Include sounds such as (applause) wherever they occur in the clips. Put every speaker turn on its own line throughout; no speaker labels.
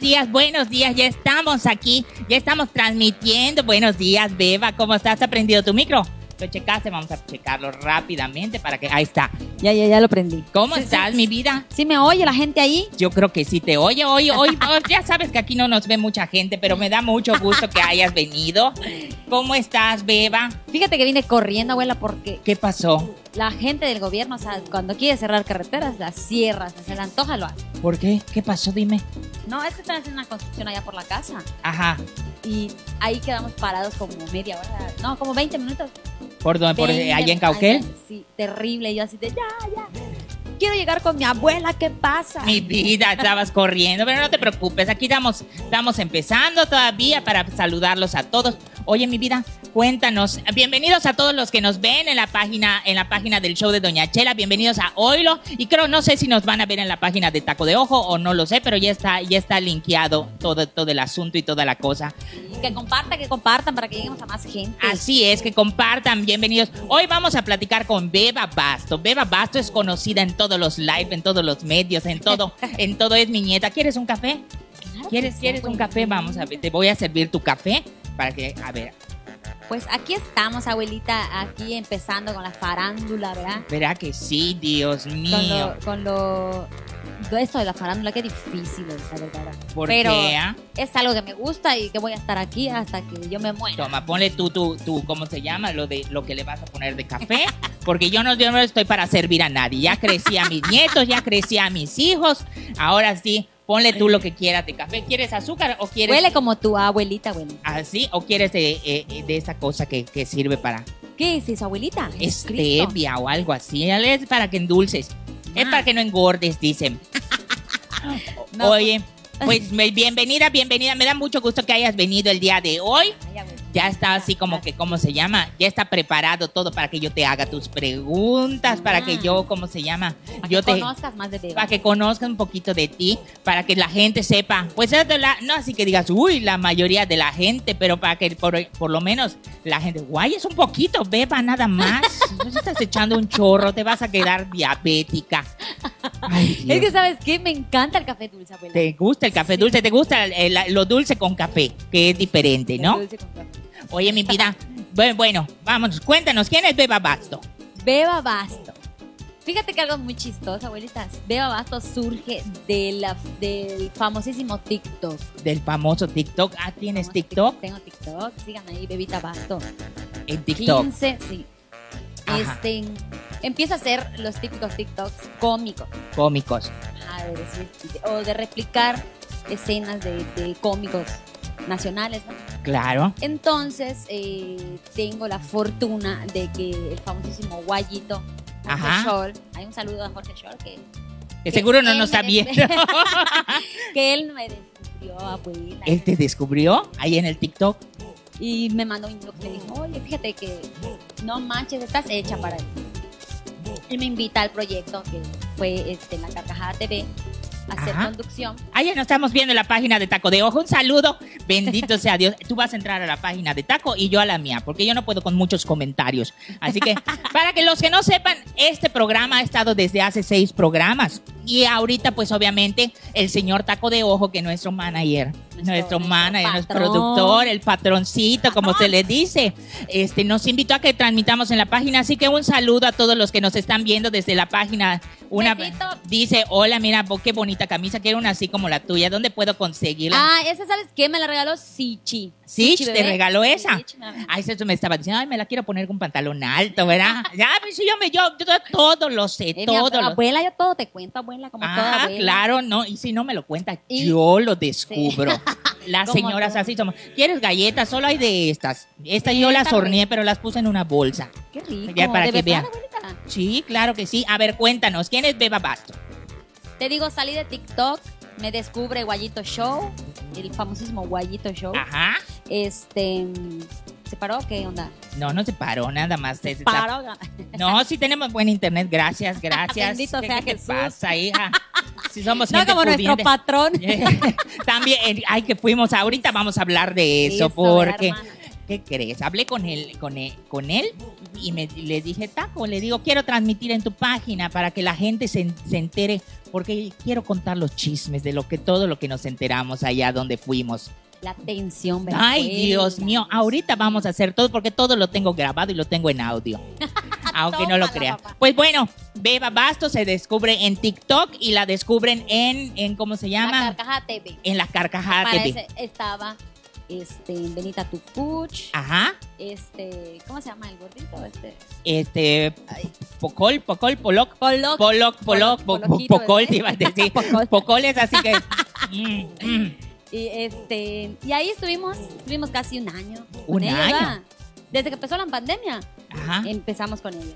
días, buenos días. Ya estamos aquí, ya estamos transmitiendo. Buenos días, Beba. ¿Cómo estás? ¿Has prendido tu micro? Lo checaste, vamos a checarlo rápidamente para que. Ahí está.
Ya, ya, ya lo prendí.
¿Cómo
Sí,
estás,
sí.
mi vida?
¿Sí me oye la gente ahí?
Yo creo que sí te oye hoy,
(laughs)
hoy, hoy, ya sabes que aquí no nos ve mucha gente, pero me da mucho gusto que hayas venido. ¿Cómo estás, Beba?
Fíjate que vine corriendo, abuela, porque
¿Qué pasó?
la gente del gobierno, o sea, cuando quiere cerrar carreteras, las cierras, se le antoja, lo hace.
¿Por qué? ¿Qué pasó? Dime.
No, es que están haciendo una construcción allá por la casa
Ajá.
y ahí quedamos parados como media hora, no, como 20 minutos.
¿Por dónde? Ah, ¿Por
20
allá en Cauquel?
allá, sí, terrible. Yo así de, ya, ya. Quiero llegar con mi abuela, ¿qué pasa?
Mi vida, estabas corriendo, pero no te preocupes, aquí estamos, estamos empezando todavía para saludarlos a todos. Oye, mi vida, cuéntanos. Bienvenidos a todos los que nos ven en la página, en la página del show de Doña Chela. Bienvenidos a Oilo. Y creo, no sé si nos van a ver en la página de Taco de Ojo o no lo sé, pero ya está, ya está linkeado todo, todo el asunto y toda la cosa.
Y Que compartan, que compartan para que lleguemos a más gente.
Así es, que compartan, bienvenidos. Hoy vamos a platicar con Beba Basto. Beba Basto es conocida en todos los live, en todos los medios, en todo, en todo es mi nieta. ¿Quieres un café?
Claro que
¿Quieres,
sí,
quieres un
abuela.
café? Vamos a ver, te voy a servir tu café para que, a ver,
Pues aquí estamos, abuelita, aquí empezando con la farándula, ¿verdad?
verá que sí, Dios
Con
mío.
lo, con lo- todo esto de la farándula, qué difícil es, la verdad.
¿Por
Pero
qué? ah?
es algo que me gusta y que voy a estar aquí hasta que yo me muera.
Toma, ponle tú, tú, tú, ¿cómo se llama? Lo de lo que le vas a poner de
(laughs)
café, porque yo no, yo no estoy para servir a nadie. Ya crecí a mis nietos, ya crecí a mis hijos. Ahora sí, ponle tú lo que quieras de café. ¿Quieres azúcar o quieres
Huele como tu abuelita, abuela.
así o quieres de, eh, eh, de esa cosa que, que sirve para
¿Qué es eso, abuelita?
Este,
Jesucristo.
stevia o algo así? Es para que endulces, es
Ah.
para que no engordes, dicen.
(laughs) No,
Oye, pues me- bienvenida, bienvenida. Me da mucho gusto que hayas venido el día de hoy.
Ay, abuelita.
Ya está así como que, ¿cómo se llama? Ya está preparado todo para que yo te haga tus preguntas, para que yo, ¿cómo se llama?
Ah. Para
Yo
que
te...
conozcas más de bebé.
Para que conozcan un poquito de ti, para que la gente sepa. Pues es de la- no así que digas, uy, la mayoría de la gente, pero para que por, por lo menos la gente, guay, es un poquito, beba nada más.
(laughs)
Tú te estás echando un chorro, te vas a quedar diabética. Ay, Dios.
Es que, ¿sabes qué? Me encanta el café dulce, abuela.
¿Te gusta el café dulce? ¿Te gusta el- el- lo dulce con café? Que es diferente,
El
¿no?
dulce con café.
Oye, mi
(laughs)
vida. Bueno, bueno, vámonos, cuéntanos, ¿quién es Beba Basto?
Beba Basto. Fíjate que algo muy chistoso, abuelitas. Beba Basto surge de la- del famosísimo TikTok.
Del famoso TikTok. Ah, ¿tienes
Famoso
TikTok?
Tengo TikTok. Sigan ahí, Bebita Basto.
En TikTok.
15, sí.
Ajá.
Este, empieza a hacer los típicos TikToks cómicos.
Cómicos.
Ajá, de decir- o de replicar escenas de, de cómicos nacionales, ¿no?
Claro.
Entonces, eh, tengo la fortuna de que el famosísimo Guayito, Jorge
Ajá.
Scholl, hay un saludo a Jorge Scholl que
Que seguro no
él
nos
me
está
des-
viendo.
que él me descubrió, abuela.
Él te Este descubrió ahí en el TikTok.
Y me mandó un inbox y me dijo, oye, fíjate que no manches, estás hecha para él. Él me invita al proyecto que fue este, en la Carcajada TV, a hacer
Ajá.
conducción.
Ah, ya nos estamos viendo en la página de Taco de Ojo. Un saludo. Bendito sea Dios. Tú vas a entrar a la página de Taco y yo a la mía, porque yo no puedo con muchos comentarios. Así
(laughs)
que, para que los que no sepan, este programa ha estado desde hace seis programas. Y ahorita, pues obviamente, el señor Taco de Ojo, que es nuestro manager, nuestro,
nuestro
manager, nuestro
patrón.
productor, el patroncito, como se le dice, este, nos invitó a que transmitamos en la página. Así que un saludo a todos los que nos están viendo desde la página. Una,
Besito.
Dice, hola, mira, bo- qué bonita camisa, quiero una así como la tuya, ¿dónde puedo conseguirla?
Ah, esa, ¿sabes qué? Me la regaló Sichi.
Sí,
Sichi,
te
bebé.
regaló esa.
Sichi, me la regaló.
Ay, eso me estaba diciendo, ay, me la quiero poner con pantalón alto,
(laughs)
¿verdad? ya, pues sí, yo me, yo, yo todo lo sé,
Eh, mi
todo
ab-
lo sé.
Abuela, yo todo te cuento, abuela, como toda
Ah,
abuela.
claro, no, y si no me lo cuenta,
Y-
yo lo
(laughs)
descubro. Las
Como
señoras
todo.
así somos. ¿Quieres galletas? Solo hay de estas. Estas yo
Sí,
las
está
horneé, pero las puse en una bolsa.
Qué rico.
Ya, para
de
que
verdad,
vean.
abuelita.
Sí, claro que sí. A ver, cuéntanos, ¿quién es Beba Basto?
Te digo, salí de TikTok, me descubre Guayito Show, el famosísimo Guayito Show.
Ajá.
Este. mm, ¿Se paró? ¿Qué onda?
No, no se paró, nada más. se- se-
Paró.
No, sí tenemos buen internet, gracias,
(laughs)
gracias.
Bendito
¿Qué,
sea
qué te
Jesús.
pasa, hija? Si somos
No
gente
como
(laughs)
nuestro
pudiente.
patrón.
También, eh, ay, que fuimos, ahorita vamos a hablar de eso,
Eso,
porque
hermana.
¿qué crees? Hablé con él, con él, con él y me, le dije, Taco, le digo, quiero transmitir en tu página para que la gente se, en- se entere, porque quiero contar los chismes de lo que todo lo que nos enteramos allá donde fuimos.
La tensión, ¿verdad?
Ay, Dios mío, ahorita vamos a hacer todo porque todo lo tengo grabado y lo tengo en audio.
(laughs)
Aunque no lo
Tómala,
crean.
papá.
Pues bueno, Beba Basto se descubre en TikTok y la descubren en, en ¿cómo se
La
llama?
carcajada TV.
en la carcajada
Para
TV.
ese estaba este, Benita Tupuch,
Ajá.
este, ¿cómo se llama el gordito? Este,
Este, Pocol, Pocol, Poloc. Poloc, Poloc, Poloc, po- po-
Poloquito,
Pocol,
¿verdad?
te iba a decir.
(laughs) Pocol.
Pocol es así
(laughs)
que. mm, mm.
y, este, y ahí estuvimos, estuvimos casi un año. con
Un
ellos,
año. Ah.
¿verdad? Desde que empezó la pandemia,
Ajá.
empezamos con ellos.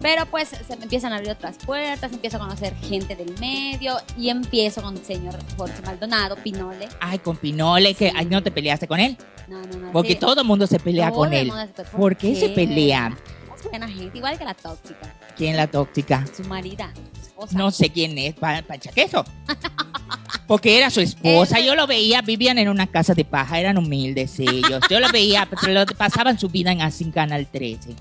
Pero pues se me empiezan a abrir otras puertas, empiezo a conocer gente del medio y empiezo con el señor Jorge Maldonado, Pinole.
Ay, con Pinole, que ay, no te peleaste con él.
No, no, no.
Porque
sí.
todo el mundo se pelea
Todo
con
el
él.
mundo se-
¿Por qué se pelea?
Es buena gente, igual que la tóxica,
¿Quién la tóxica?
su marida, su esposa.
No sé quién es, pa- Panchaqueso. Porque era su esposa.
Él-
Yo lo veía, vivían en una casa de paja, eran humildes ellos. Yo lo veía, pero lo- pasaban su vida en así en Canal 13.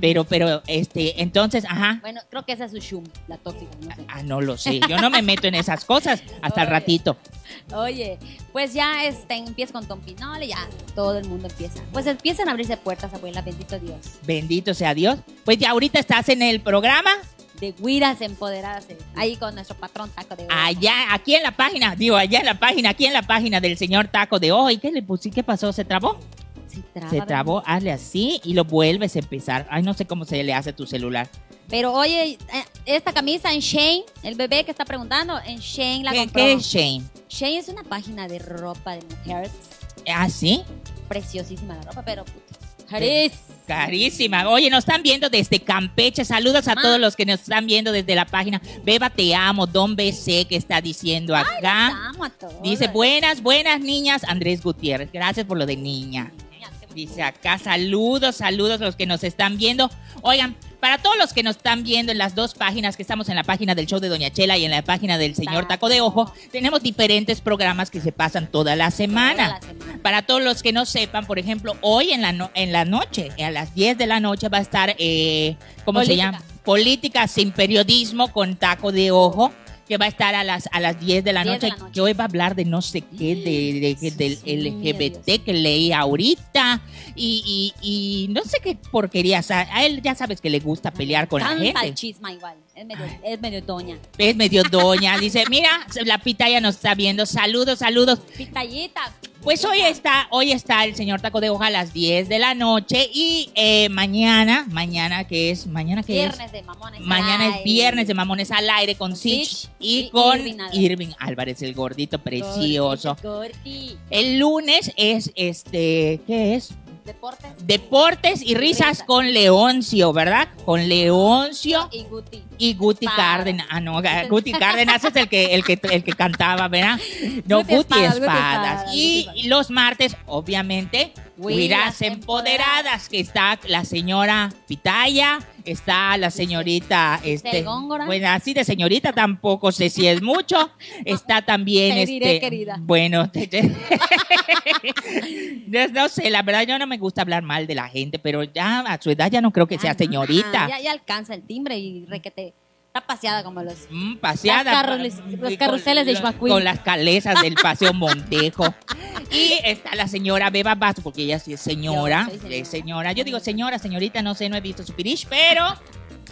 Pero, pero, este, entonces, ajá.
Bueno, creo que esa es su shum, la tóxica, no sé.
Ah, no lo sé. Yo no me meto en esas cosas hasta el
Oye.
ratito.
Oye, pues ya este, empiezo con Tom Pinole, ya todo el mundo empieza. Pues empiezan a abrirse puertas, abuela, bendito Dios.
Bendito sea Dios. Pues ya ahorita estás en el programa.
De güiras empoderadas, eh, ahí con nuestro patrón Taco de Oro.
Allá, aquí en la página. Digo, allá en la página, aquí en la página del señor Taco de Ojo. ¿Y qué le puse? ¿Qué pasó? ¿Se trabó?
Se traba,
Se trabó, hazle así y lo vuelves a empezar. Ay, no sé cómo se le hace a tu celular.
Pero oye, eh, esta camisa en Shane, el bebé que está preguntando, en Shane la
¿Qué,
compró.
qué es Shane?
Shane es una página de ropa de mujeres.
Ah, sí.
Preciosísima la ropa, pero puta. Haris.
Carísima. Oye, nos están viendo desde Campeche. Saludos a
Ma.
todos los que nos están viendo desde la página. Beba, te amo. Don BC que está diciendo acá.
Amo a todos.
¿ah? Dice, buenas, buenas niñas, Andrés Gutiérrez. Gracias por lo de niña.
Mira, qué
Dice acá, saludos, saludos a los que nos están viendo. Oigan, para todos los que nos están viendo en las dos páginas, que estamos en la página del show de Doña Chela y en la página del señor Taco de Ojo, tenemos diferentes programas que se pasan toda la semana.
Toda la semana.
Para todos los que no sepan, por ejemplo, hoy en la, no- en la noche, a las 10 de la noche, va a estar, eh, ¿cómo se
Política.
llama? Política sin periodismo con taco de ojo, que va a estar a las, a las 10 de la
10
noche.
de la noche.
Yo iba a hablar de no sé qué, de, de- del
Dios mío,
LGBT que leí ahorita y, y- y no sé qué porquerías. A, a él ya sabes que le gusta pelear con la
Canta
gente.
el chisma igual. Es medio, es medio doña.
Es medio doña. Dice, mira, la pitaya nos está viendo. Saludos, saludos.
Pitallita.
Pues hoy está, hoy está el señor Taco de Hoja a las 10 de la noche y eh, mañana, mañana que es, mañana que
Viernes de mamones.
es, mañana
Ay.
es viernes de Mamones al aire con Sitch
Sitch
y,
y
con
Irving Álvarez.
Irving Álvarez, el gordito precioso.
Gordi, gordi.
El lunes es este, ¿qué es?
Deportes.
Deportes y risas
Risas.
con Leoncio, ¿verdad? Con Leoncio
Y Guti.
y Guti
Espada.
Cárdenas. Ah, no, Ga- Guti Cárdenas es el que, el que, el que cantaba, ¿verdad? No,
Guti
Guti,
Espadas,
Espadas.
Guti Espadas,
Y
Guti Espadas.
los martes, obviamente,
Güiras
Huirás Empoderadas, que está la señora Pitaya, está la señorita... Este,
Góngora.
bueno, así de señorita tampoco sé si es mucho. Está también...
Te diré,
este,
querida.
Bueno, te- te- (laughs) no, no sé, la verdad yo no me gusta hablar mal de la gente, pero ya a su edad ya no creo que sea
Ajá,
señorita.
Ah, Ya, ya alcanza el timbre y requete. Está paseada como los.
Mm, paseada.
Las carrules- los carruseles de
con-
Ixmaquil.
Con las calezas del Paseo
(laughs)
Montejo. Y está la señora Beba Basto, porque ella sí es señora.
Yo soy señora.
es señora. Yo digo señora, señorita, no sé, no he visto su pirish, pero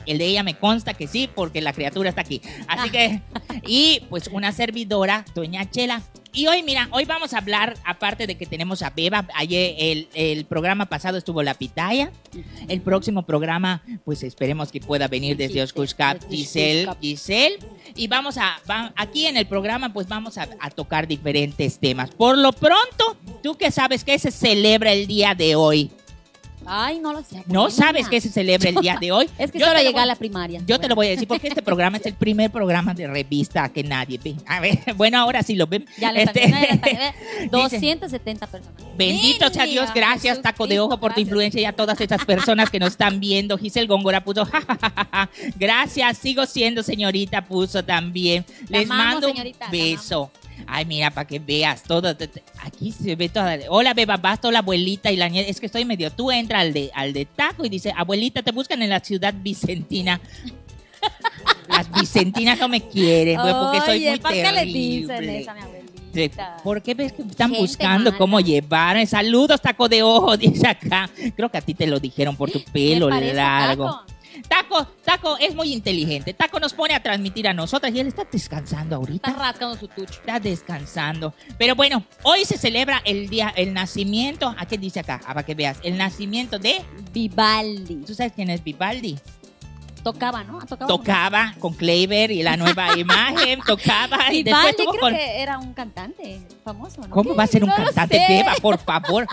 el de ella me consta que sí, porque la criatura está aquí. Así que, y pues una servidora, Doña Chela. Y hoy, mira, hoy vamos a hablar, aparte de que tenemos a Beba, ayer el, el programa pasado estuvo La Pitaya, el próximo programa, pues esperemos que pueda venir desde
Giselle,
Oscushcap,
desde
Giselle,
Oscushcap.
Giselle. Y vamos a, va- aquí en el programa, pues vamos a, a tocar diferentes temas. Por lo pronto, tú que sabes que se celebra el día de hoy.
Ay, no lo sé.
No
buena.
sabes que se celebra el día de hoy.
(laughs) Es que
Yo
solo
te lo
llega
voy-
a la primaria.
yo te lo voy a decir porque
(laughs)
este programa es el primer programa de revista que nadie ve. A ver, (laughs) bueno, ahora sí lo ven.
Ya le
Este, (laughs)
están viendo, ya le están viendo. 270 personas.
Bendito sea Dios,
Mira,
gracias
Jesús
Taco de
Cristo,
Ojo por tu
gracias.
influencia y a todas estas personas que nos están viendo. Giselle Góngora puso, ja, ja, ja, ja, ja. gracias, sigo siendo señorita, puso también.
La
Les
amamos,
mando un
señorita, la
beso. Ay, mira, para que veas todo. te- te- Aquí se ve toda. Hola, beba, basta, hola, abuelita y la nieta. Es que estoy medio. Tú entra al de, al de taco y dice, abuelita, te buscan en la ciudad vicentina. (laughs) Las vicentinas no me quieren, güey, porque soy
Oye,
muy
¿para qué le dicen
terrible.
eso a mi
Sí,
abuelita?
¿Por qué ves que están
Gente
buscando
mala.
cómo llevar? Saludos, taco de ojo, (laughs) dice acá. Creo que a ti te lo dijeron por tu
¿Me
pelo
parece,
largo.
Paco?
Taco, Taco es muy inteligente. Taco nos pone a transmitir a nosotras y él está descansando
Está
ahorita.
rascando su tucho.
Está descansando. Pero bueno, hoy se celebra el día, el nacimiento. ¿A qué dice acá? Ah, para que veas. El nacimiento de.
Vivaldi.
¿Tú sabes quién es Vivaldi?
Tocaba, ¿no? Tocaba.
Tocaba con Claver y la
(laughs)
nueva imagen. Tocaba y después
Vivaldi
tuvo
creo
con.
que era un cantante famoso, ¿no?
¿Cómo va a ser un
No lo
cantante?
sé.
Beba, por favor.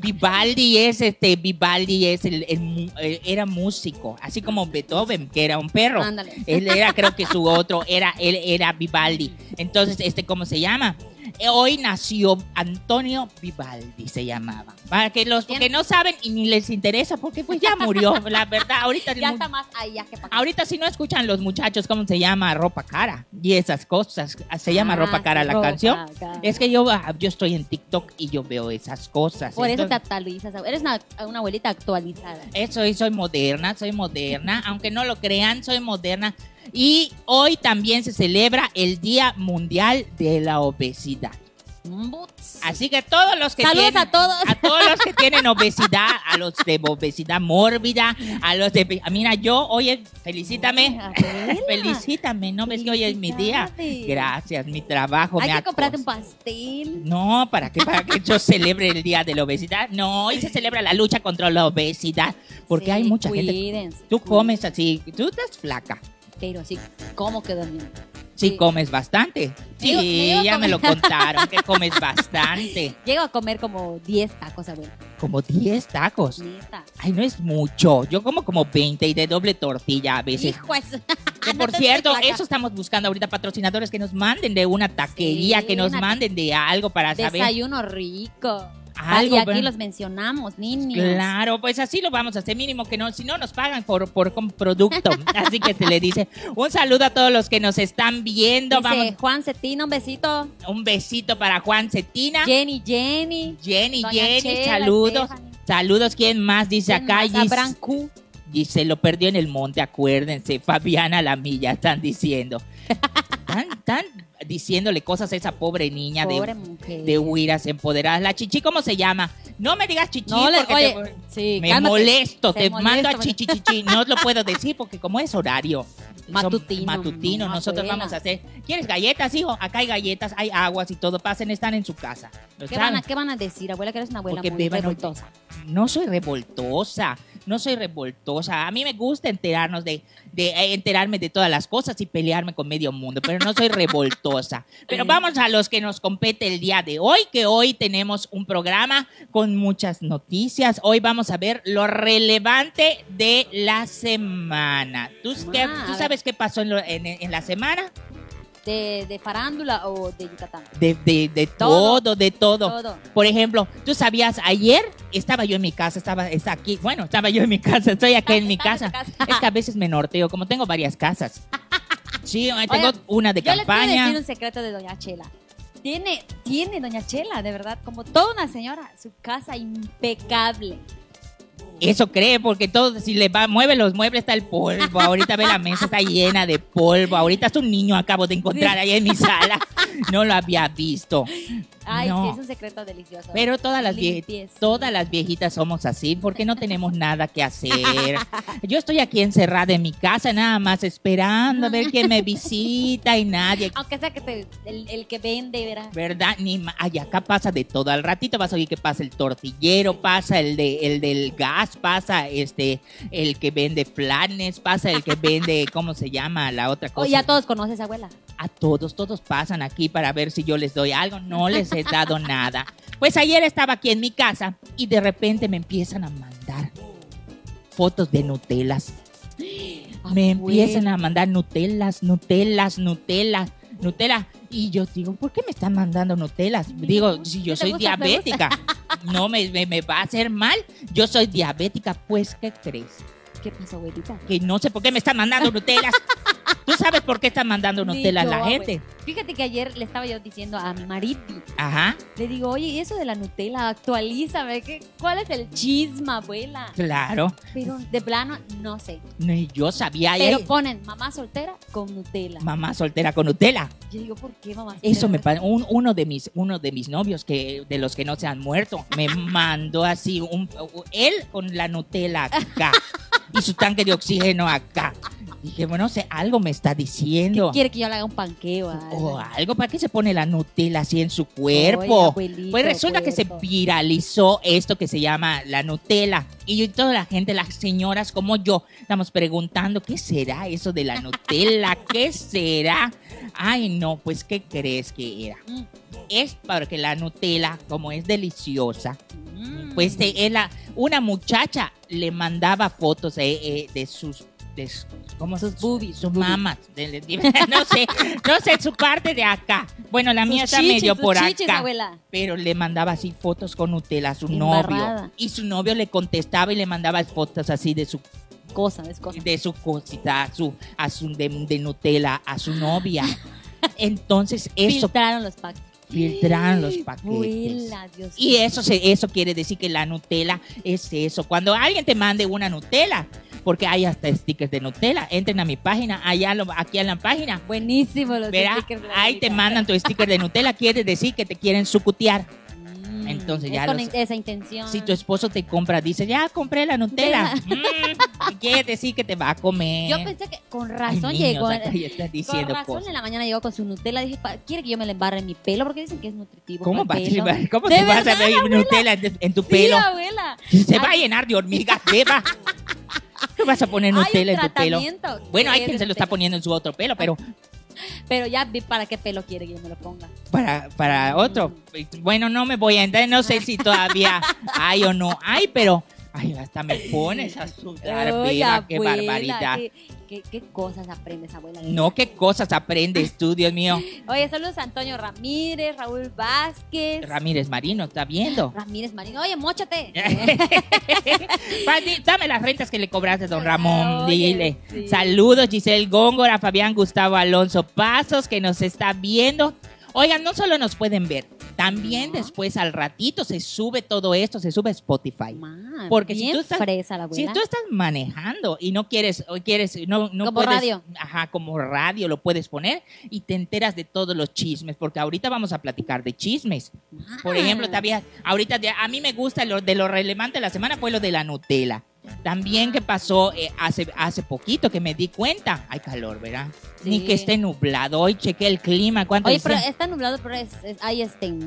Vivaldi es este, Vivaldi es el, el mu- eh, era músico, así como Beethoven, que era un perro.
Ándale.
Él era, creo que su otro, era, él era Vivaldi. Entonces, este, ¿cómo se llama? Eh, Hoy nació Antonio Vivaldi, se llamaba. Para que los que no saben y ni les interesa, porque pues ya
(laughs)
murió, la verdad. Ahorita,
Ya
mu-
está más allá que para acá.
ahorita si no escuchan los muchachos cómo se llama ropa cara y esas cosas. Se llama
Ah,
ropa cara
sí,
la
ropa
canción.
cara.
Es que yo, ah, yo estoy en TikTok y yo veo esas cosas.
Por eso te
Entonces, Eh,
actualizas. Eres una, una abuelita actualizada.
eso y soy moderna, soy moderna, aunque no lo crean, soy moderna. Y hoy también se celebra el Día Mundial de la Obesidad.
Boots.
Así que todos los que
Saludos
tienen-
a todos.
a todos los que tienen obesidad, a los de obesidad mórbida, a los de mira yo oye,
(laughs)
felicítame.
Abuela.
Felicítame, no ves que hoy es mi día.
Felicidades.
Gracias, mi trabajo me
Hay
ha
que comprarte
costado.
un pastel.
No, ¿para qué? ¿Para que yo celebre el Día de la Obesidad? No, hoy se celebra la lucha contra la obesidad, porque
Sí,
hay mucha gente.
cuídense,
Tú
cuídense.
comes así, tú estás flaca.
Pero sí, ¿cómo quedó mi
Sí,
Sí.
comes bastante. Sí,
Digo, digo,
ya me lo
como-
contaron, que
(laughs)
comes bastante.
Llego a comer como 10 tacos, abuela.
Como 10 tacos.
Neta.
Ay, no es mucho. Yo como como 20 y de doble tortilla a veces.
Hijo, eso. (laughs) Ah,
Que
No
por
te
cierto,
estoy flaca.
eso estamos buscando ahorita, patrocinadores que nos manden de una taquería,
Sí,
que nos
una-
manden de algo para saber.
Desayuno rico.
Algo,
y aquí
¿verdad?
los mencionamos, niños.
Claro, pues así lo vamos a hacer mínimo que no, si no nos pagan por, por con
(laughs)
producto. Así que se le dice un saludo a todos los que nos están viendo.
Dice
Vamos,
Juan Cetina, un besito.
un besito para Juan Cetina,
Jenny, Jenny.
Jenny,
Doña
Jenny,
Chela,
saludos.
Stephanie.
Saludos, ¿quién más? Dice
¿Quién
acá
más? Abraham Q.
y se lo perdió en el monte, acuérdense. Fabiana la milla, están diciendo.
(laughs)
Están, están diciéndole cosas a esa pobre niña de,
Pobre mujer.
de Huiras empoderadas. La chichi, ¿cómo se llama? No me digas chichi
no, le,
porque
oye,
te-
sí,
Me
cálmate.
molesto,
Se
te
molesta,
mando a
porque-
chichichichi. No lo puedo decir porque como es horario. son
Matutino,
matutino,
no,
nosotros
abuela.
vamos a hacer. ¿Quieres galletas, hijo? Acá hay galletas, hay aguas y todo. Pasen, están en su casa. ¿Lo
¿Qué
saben?
van, a, ¿Qué van a decir, abuela? Que eres una abuela
Porque
muy
beban-
revoltosa.
No soy revoltosa, no soy revoltosa. A mí me gusta enterarnos de, de eh, enterarme de todas las cosas y pelearme con medio mundo, pero no soy
(laughs)
revoltosa.
Mm.
Pero vamos a los que nos compete el día de hoy, que hoy tenemos un programa con muchas noticias. Hoy vamos a ver lo relevante de la semana. ¿Tú,
Ah,
qué-
a
tú
ver.
sabes qué pasó en, lo- en- en la semana?
De, de farándula o de Yucatán.
De, de- de
Todo.
todo, de todo.
Todo.
Por ejemplo, tú sabías, ayer estaba yo en mi casa, estaba está aquí, bueno, estaba yo en mi casa, estoy acá en mi
Estás
casa.
en tu
Es que a veces me norteo, como tengo varias casas. Sí, tengo
Oigan,
una de
Yo les quiero decir
campaña.
un secreto de Doña Chela. Tiene, tiene Doña Chela, de verdad, como toda una señora, su casa impecable.
Eso cree, porque todo, si le va, mueve los muebles, está el polvo. Ahorita ve la mesa, está llena de polvo. Ahorita es un niño, acabo de encontrar ahí en mi sala. No lo había visto.
Ay,
No.
sí, es un secreto delicioso.
Pero todas las, vie-
Limpieza.
todas las viejitas somos así porque no tenemos nada que
(laughs)
hacer. Yo estoy aquí encerrada en mi casa nada más esperando a ver quién
(laughs)
me visita y nadie.
Aunque sea que te- el, el que vende, verá.
¿Verdad? Ni ma- Ay, acá pasa de todo. Al ratito vas a oír que pasa el tortillero, pasa el, de, el del gas, pasa este el que vende planes, pasa el que vende, ¿cómo se llama? La otra cosa.
Oye, ya Oh, todos conoces, abuela.
a todos, todos pasan aquí para ver si yo les doy algo, no les he dado nada. Pues ayer estaba aquí en mi casa y de repente me empiezan a mandar fotos de Nutelas. Me empiezan a mandar Nutelas, Nutelas, Nutelas, Nutella. Y yo digo, ¿por qué me están mandando Nutelas?
Mira,
Digo, si
¿qué
yo
te
soy
gusta? Me gusta.
diabética, no me, me- me va a hacer mal. Yo soy diabética, pues, ¿qué crees?
¿Qué pasó, abuelita?
Que no sé por qué me están mandando Nutelas. ¿Tú sabes por qué están mandando unos
Ni
telas a
yo,
la
güey.
gente?
Fíjate que ayer le estaba yo diciendo a Mariti,
Ajá,
le digo, oye, ¿y eso de la Nutella, actualízame, ¿qué, ¿cuál es el chisme, abuela?
claro.
Pero de plano, no sé.
Ni yo sabía. Y
Pero
ahí,
ponen mamá soltera con Nutella.
Mamá soltera con Nutella.
Yo digo, ¿por qué mamá soltera?
Eso me pa- un- uno de mis uno de mis novios que de los que no se han muerto me mandó así un él con la Nutella acá y su tanque de oxígeno acá. Dije, bueno, no sé, algo me está diciendo.
¿Quiere que yo le haga un panqueo? a alguien?
O algo, ¿para qué se pone la Nutella así en su
Oye,
oh, cuerpo?
abuelito,
Pues resulta que se
puerco.
viralizó esto que se llama la Nutella. Y yo- toda la gente, las señoras como yo, estamos preguntando, ¿qué será eso de la
(laughs)
Nutella? ¿Qué será? Ay, no, pues, ¿qué crees que era?
Mm,
Es porque la Nutella, como es deliciosa,
mm.
pues eh, la- una muchacha le mandaba fotos eh, eh, de sus... De sus ¿Cómo sus boobies, sus mamas, de- de- (laughs) no sé, no sé su parte de acá. Bueno, la
Sus
mía está
chichis,
medio
sus
por
chichis,
acá
abuela.
pero le mandaba así fotos con Nutella a su
Embarrada.
novio. Y su novio le contestaba y le mandaba fotos así de su,
Cosa, es cosa.
de su cosita, a su, a su- de, de Nutella a su
(laughs)
novia. Entonces eso
Filtraron los paquetes.
filtraran los paquetes.
Abuela, Dios
Y
mío.
eso, se- eso quiere decir que la Nutella es eso. Cuando alguien te mande una Nutella, porque hay hasta stickers de Nutella, entren a mi página, allá lo- aquí en la página,
Buenísimo los
verá,
stickers de la
ahí te
abuelita.
mandan tu sticker de Nutella, quiere decir que te quieren sucutear.
Mm,
Entonces
es
ya
con
los-
in- esa intención.
Si tu esposo te compra, dice, ya compré la
(laughs)
Nutella. Mm, quiere decir que te va a comer.
Yo pensé que con
Ay,
razón
niños,
llegó. eh,
acá ya estás (laughs)
Con
diciendo pues,
razón
cosas.
en la mañana llegó con su Nutella. Dije, "Pa- ¿quiere que yo me la embarre en mi pelo? Porque dicen que es nutritivo.
¿Cómo,
para
vas,
el pelo".
¿Cómo
(laughs) De
te vas a
verdad,
ver
abuela.
Nutella en en tu
Sí,
pelo?
abuela.
Se va a
Hay-
llenar de hormigas, (laughs) beba. ¿Qué vas a poner Nutella en tu pelo?
tratamiento Eh,
Bueno, hay
que
quien
es
se lo
de
está
Nutella.
poniendo en su otro pelo, pero
Pero ya vi para qué pelo quiere que yo me lo ponga.
para, para otro. Bueno, no me voy a entrar, no sé si
(laughs)
todavía hay o no hay, pero ay, hasta me pones a sudar,
Ay,
beba, qué
abuela,
barbaridad.
Qué, qué- qué cosas aprendes, abuela.
No, qué cosas
Ah.
aprendes tú, Dios mío.
Oye, saludos a Antonio Ramírez, Raúl Vázquez,
Ramírez Marino, está (laughs) viendo?
Ramírez Marino. Oye, mochate.
Eh. Pati, Pues, dame las rentas que le cobraste, don Ramón.
Oye,
Dile.
sí.
Saludos, Giselle Góngora, Fabián Gustavo Alonso Pasos, que nos está viendo. Oigan, no solo nos pueden ver, también
Ajá.
después al ratito se sube todo esto, se sube a Spotify.
Man,
Porque si
bien
tú estás-
fresa la
Si
Ah, abuela.
tú estás manejando y no quieres, o quieres, no, no
Como
puedes-
radio.
Ajá, como radio lo puedes poner y te enteras de todos los chismes, porque ahorita vamos a platicar de chismes. Por
Ah.
ejemplo, también, ahorita de- a mí me gusta lo de lo relevante de la semana fue lo de la Nutella. También que pasó eh, hace, hace poquito que me di cuenta. Hay calor, ¿verdad?
Sí.
Ni que esté nublado. Hoy chequé el clima. ¿cuánto
Oye, pero
decía?
está nublado, pero es, es- hay este. ¿cómo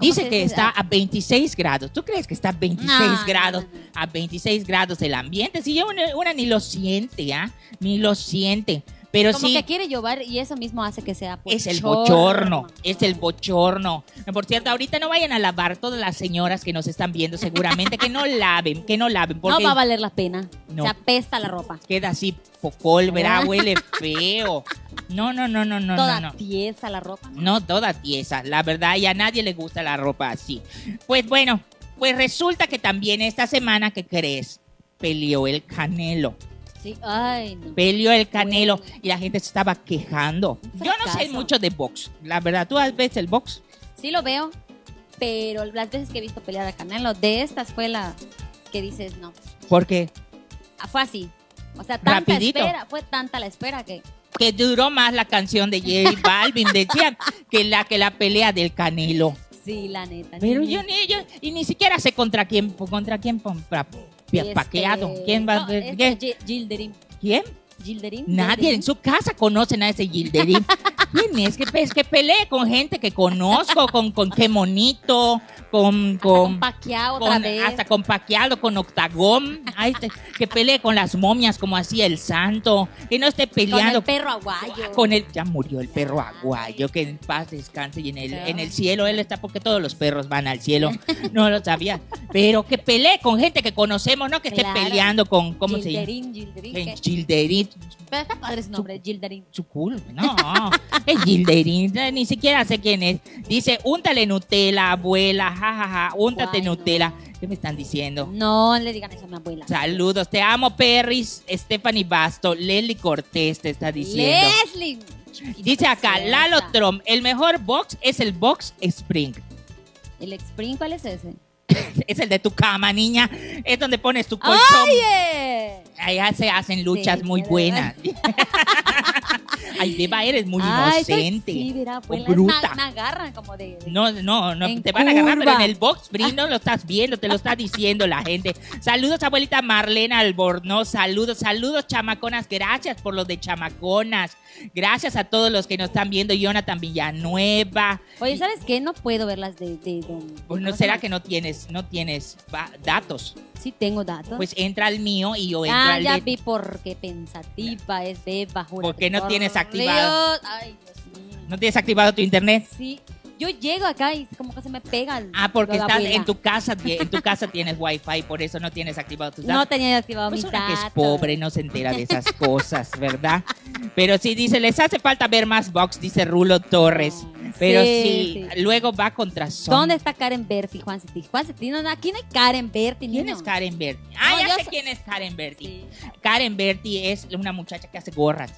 Dice
se
que
dice?
está a 26 grados. ¿Tú crees que está a 26
No,
grados?
no, no, no.
A 26 grados el ambiente. Si yo una, una ni lo siente, ¿ah? Ni lo siente. Pero
Como
sí.
que quiere llover y eso mismo hace que sea
Es el
bochorno.
bochorno, es el bochorno. Por cierto, ahorita no vayan a lavar todas las señoras que nos están viendo, seguramente que no (laughs) laven, que no laven,
No
porque
va a valer la pena.
No.
Se apesta la ropa.
queda así pocol, ¿verdad?
¿Verdad?
Huele feo. No, no, no, no, no,
Ah. Toda
no, no.
tiesa la ropa.
No, toda tiesa, la verdad, y a nadie le gusta la ropa así. Pues bueno, pues resulta que también esta semana, ¿qué crees? Peleó el Canelo.
Sí, ay, no.
Peleó el Canelo y la gente se estaba quejando.
Un
Yo no sé
fracaso.
mucho de box, la verdad. ¿Tú has visto el box?
Sí lo veo, pero las veces que he visto pelear a Canelo, de estas fue la que dices no.
Porque
Ah, Fue así. O sea, tanta
Rapidito.
espera, fue tanta la espera que.
que duró más la canción de J Balvin, decían, que la, que la pelea del Canelo.
Sí, la neta.
Pero
ni-
yo ni yo- y ni siquiera sé contra quién, contra quién compra.
este,
Paqueado. ¿Quién va a-
no, este,
¿quién?
Gi- Gilderim.
¿Quién?
Gilderim.
Nadie en
Gilderim.
su casa conocen a ese Gilderim. ¿Quién es? Que, pe- que pelee con gente que conozco, con, con qué monito, con...
Con
con
Paquiao
con-
otra vez.
hasta con Paqueado, con Octagón, Ay, te- que pelee con las momias como hacía el santo, que no esté
con
peleando
el perro aguayo.
Con él ya murió el perro aguayo, que en paz descanse y en el, en el cielo él está porque todos los perros van al cielo, no lo sabía. Pero que pelee con gente que conocemos, no que esté
Claro.
peleando con, ¿cómo se llama?
Gilderim, Gilderim.
En
que-
Childerit,
(laughs) Pero está padre su nombre, Gilderim.
su culo, no. Es Gilderín, ni siquiera sé quién es. Dice, úntale Nutella, abuela, jajaja, úntate
Guay, no.
Nutella. ¿Qué me están diciendo?
No le digan eso a mi abuela.
Saludos, te amo, Perris, Stephanie Basto, Leli Cortés te está diciendo.
Leslie.
Dice acá,
Preciosa.
Lalo Trump, el mejor box es el box spring.
¿El spring cuál es ese?
Es el de tu cama, niña. Es donde pones tu colchón.
¡Oye!
Allá se hacen luchas
Sí,
muy
de
buenas. (laughs) Ay, Deba, eres muy
Ay, pues
inocente.
sí, mira, abuela,
o bruta.
Me, me agarran como de... de-
No, no, no,
En
te van a agarrar, pero en
curva.
el box free no lo estás viendo, te lo está diciendo la gente. Saludos, abuelita Marlena Albornoz, saludos, saludos, chamaconas, gracias por los de chamaconas. Gracias a todos los que nos están viendo, Jonathan Villanueva.
Oye, ¿sabes qué? No puedo ver las de... de don-
Pues no
¿cómo se
será
llama?
que no tienes, no tienes va- datos.
Sí tengo datos.
Pues entra al mío y yo entro
ah,
al
ya
de-
vi por qué pensativa es Beba, jura
¿Por
que
qué no
por
tienes activado?
Dios. Ay, Dios mío.
¿No tienes activado tu internet?
Sí, yo llego acá y como que se me pega. el-
Ah, porque
lo de
estás
abuela.
en tu casa, tie- en tu casa tienes wifi, por eso no tienes activado tus datos.
No tenía activado
Pues
mis
una que
datos.
es pobre no se entera de esas cosas, ¿verdad? Pero sí dice, les hace falta ver más box, dice Rulo Torres.
Ah,
Pero sí,
sí,
luego va contra Son.
¿Dónde está Karen Berti, Juan Citi? Juan Citi, no, no, aquí no hay Karen Berti. ni
¿Quién
no.
es Karen Berti? Ah,
No,
ya
yo
sé
so-
quién es Karen Berti.
Sí.
Karen Berti es una muchacha que hace gorras.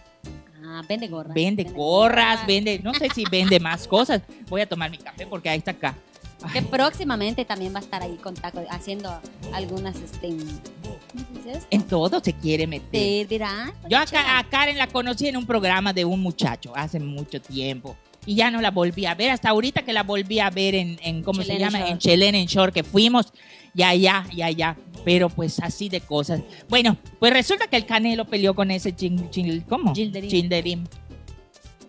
Ah, vende gorras.
Vende gorras, vende, no sé si vende más cosas. Voy a tomar mi café porque ahí está acá.
Que próximamente también va a estar ahí con Taco haciendo algunas, este... ¿Cómo se dice Este, esto?
En todo se quiere meter.
Te dirá.
Yo a, Ka- a Karen la conocí en un programa de un muchacho hace mucho tiempo. Y ya no la volví a ver. Hasta ahorita que la volví a ver en, en ¿cómo se
Chilena
llama?
Shore.
En Chelen, en Shore, que fuimos. Y allá, y allá. Pero pues así de cosas. Bueno, pues resulta que el Canelo peleó con ese chin, chin- ¿cómo?
Gilderim.
Gilderim.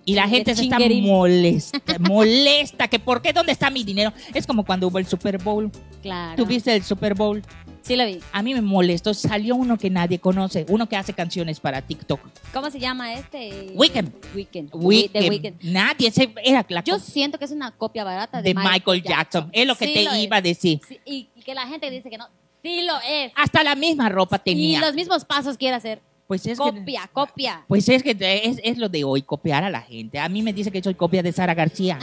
Y la
El
gente se está
chinguerín.
molesta, molesta, que por qué, ¿dónde está mi dinero? Es como cuando hubo el Super Bowl.
Claro.
¿Tuviste el Super Bowl?
Sí lo vi.
A mí me molestó, salió uno que nadie conoce, uno que hace canciones para TikTok.
¿Cómo se llama este?
Weekend.
Weekend.
Weekend.
The Weekend.
Nadie se era la
Yo
cosa
siento que es una copia barata
de,
de,
Michael, Jackson. Es lo que
Sí
te
lo
iba a
es.
decir.
Sí, y, y que la gente dice que no. Sí lo es.
Hasta la misma ropa
Y
tenía.
los mismos pasos quiere hacer.
pues es que,
copia, copia.
pues es que te- es, es lo de hoy, copiar a la gente. A mí me dice que soy copia de Sara
(laughs)
García.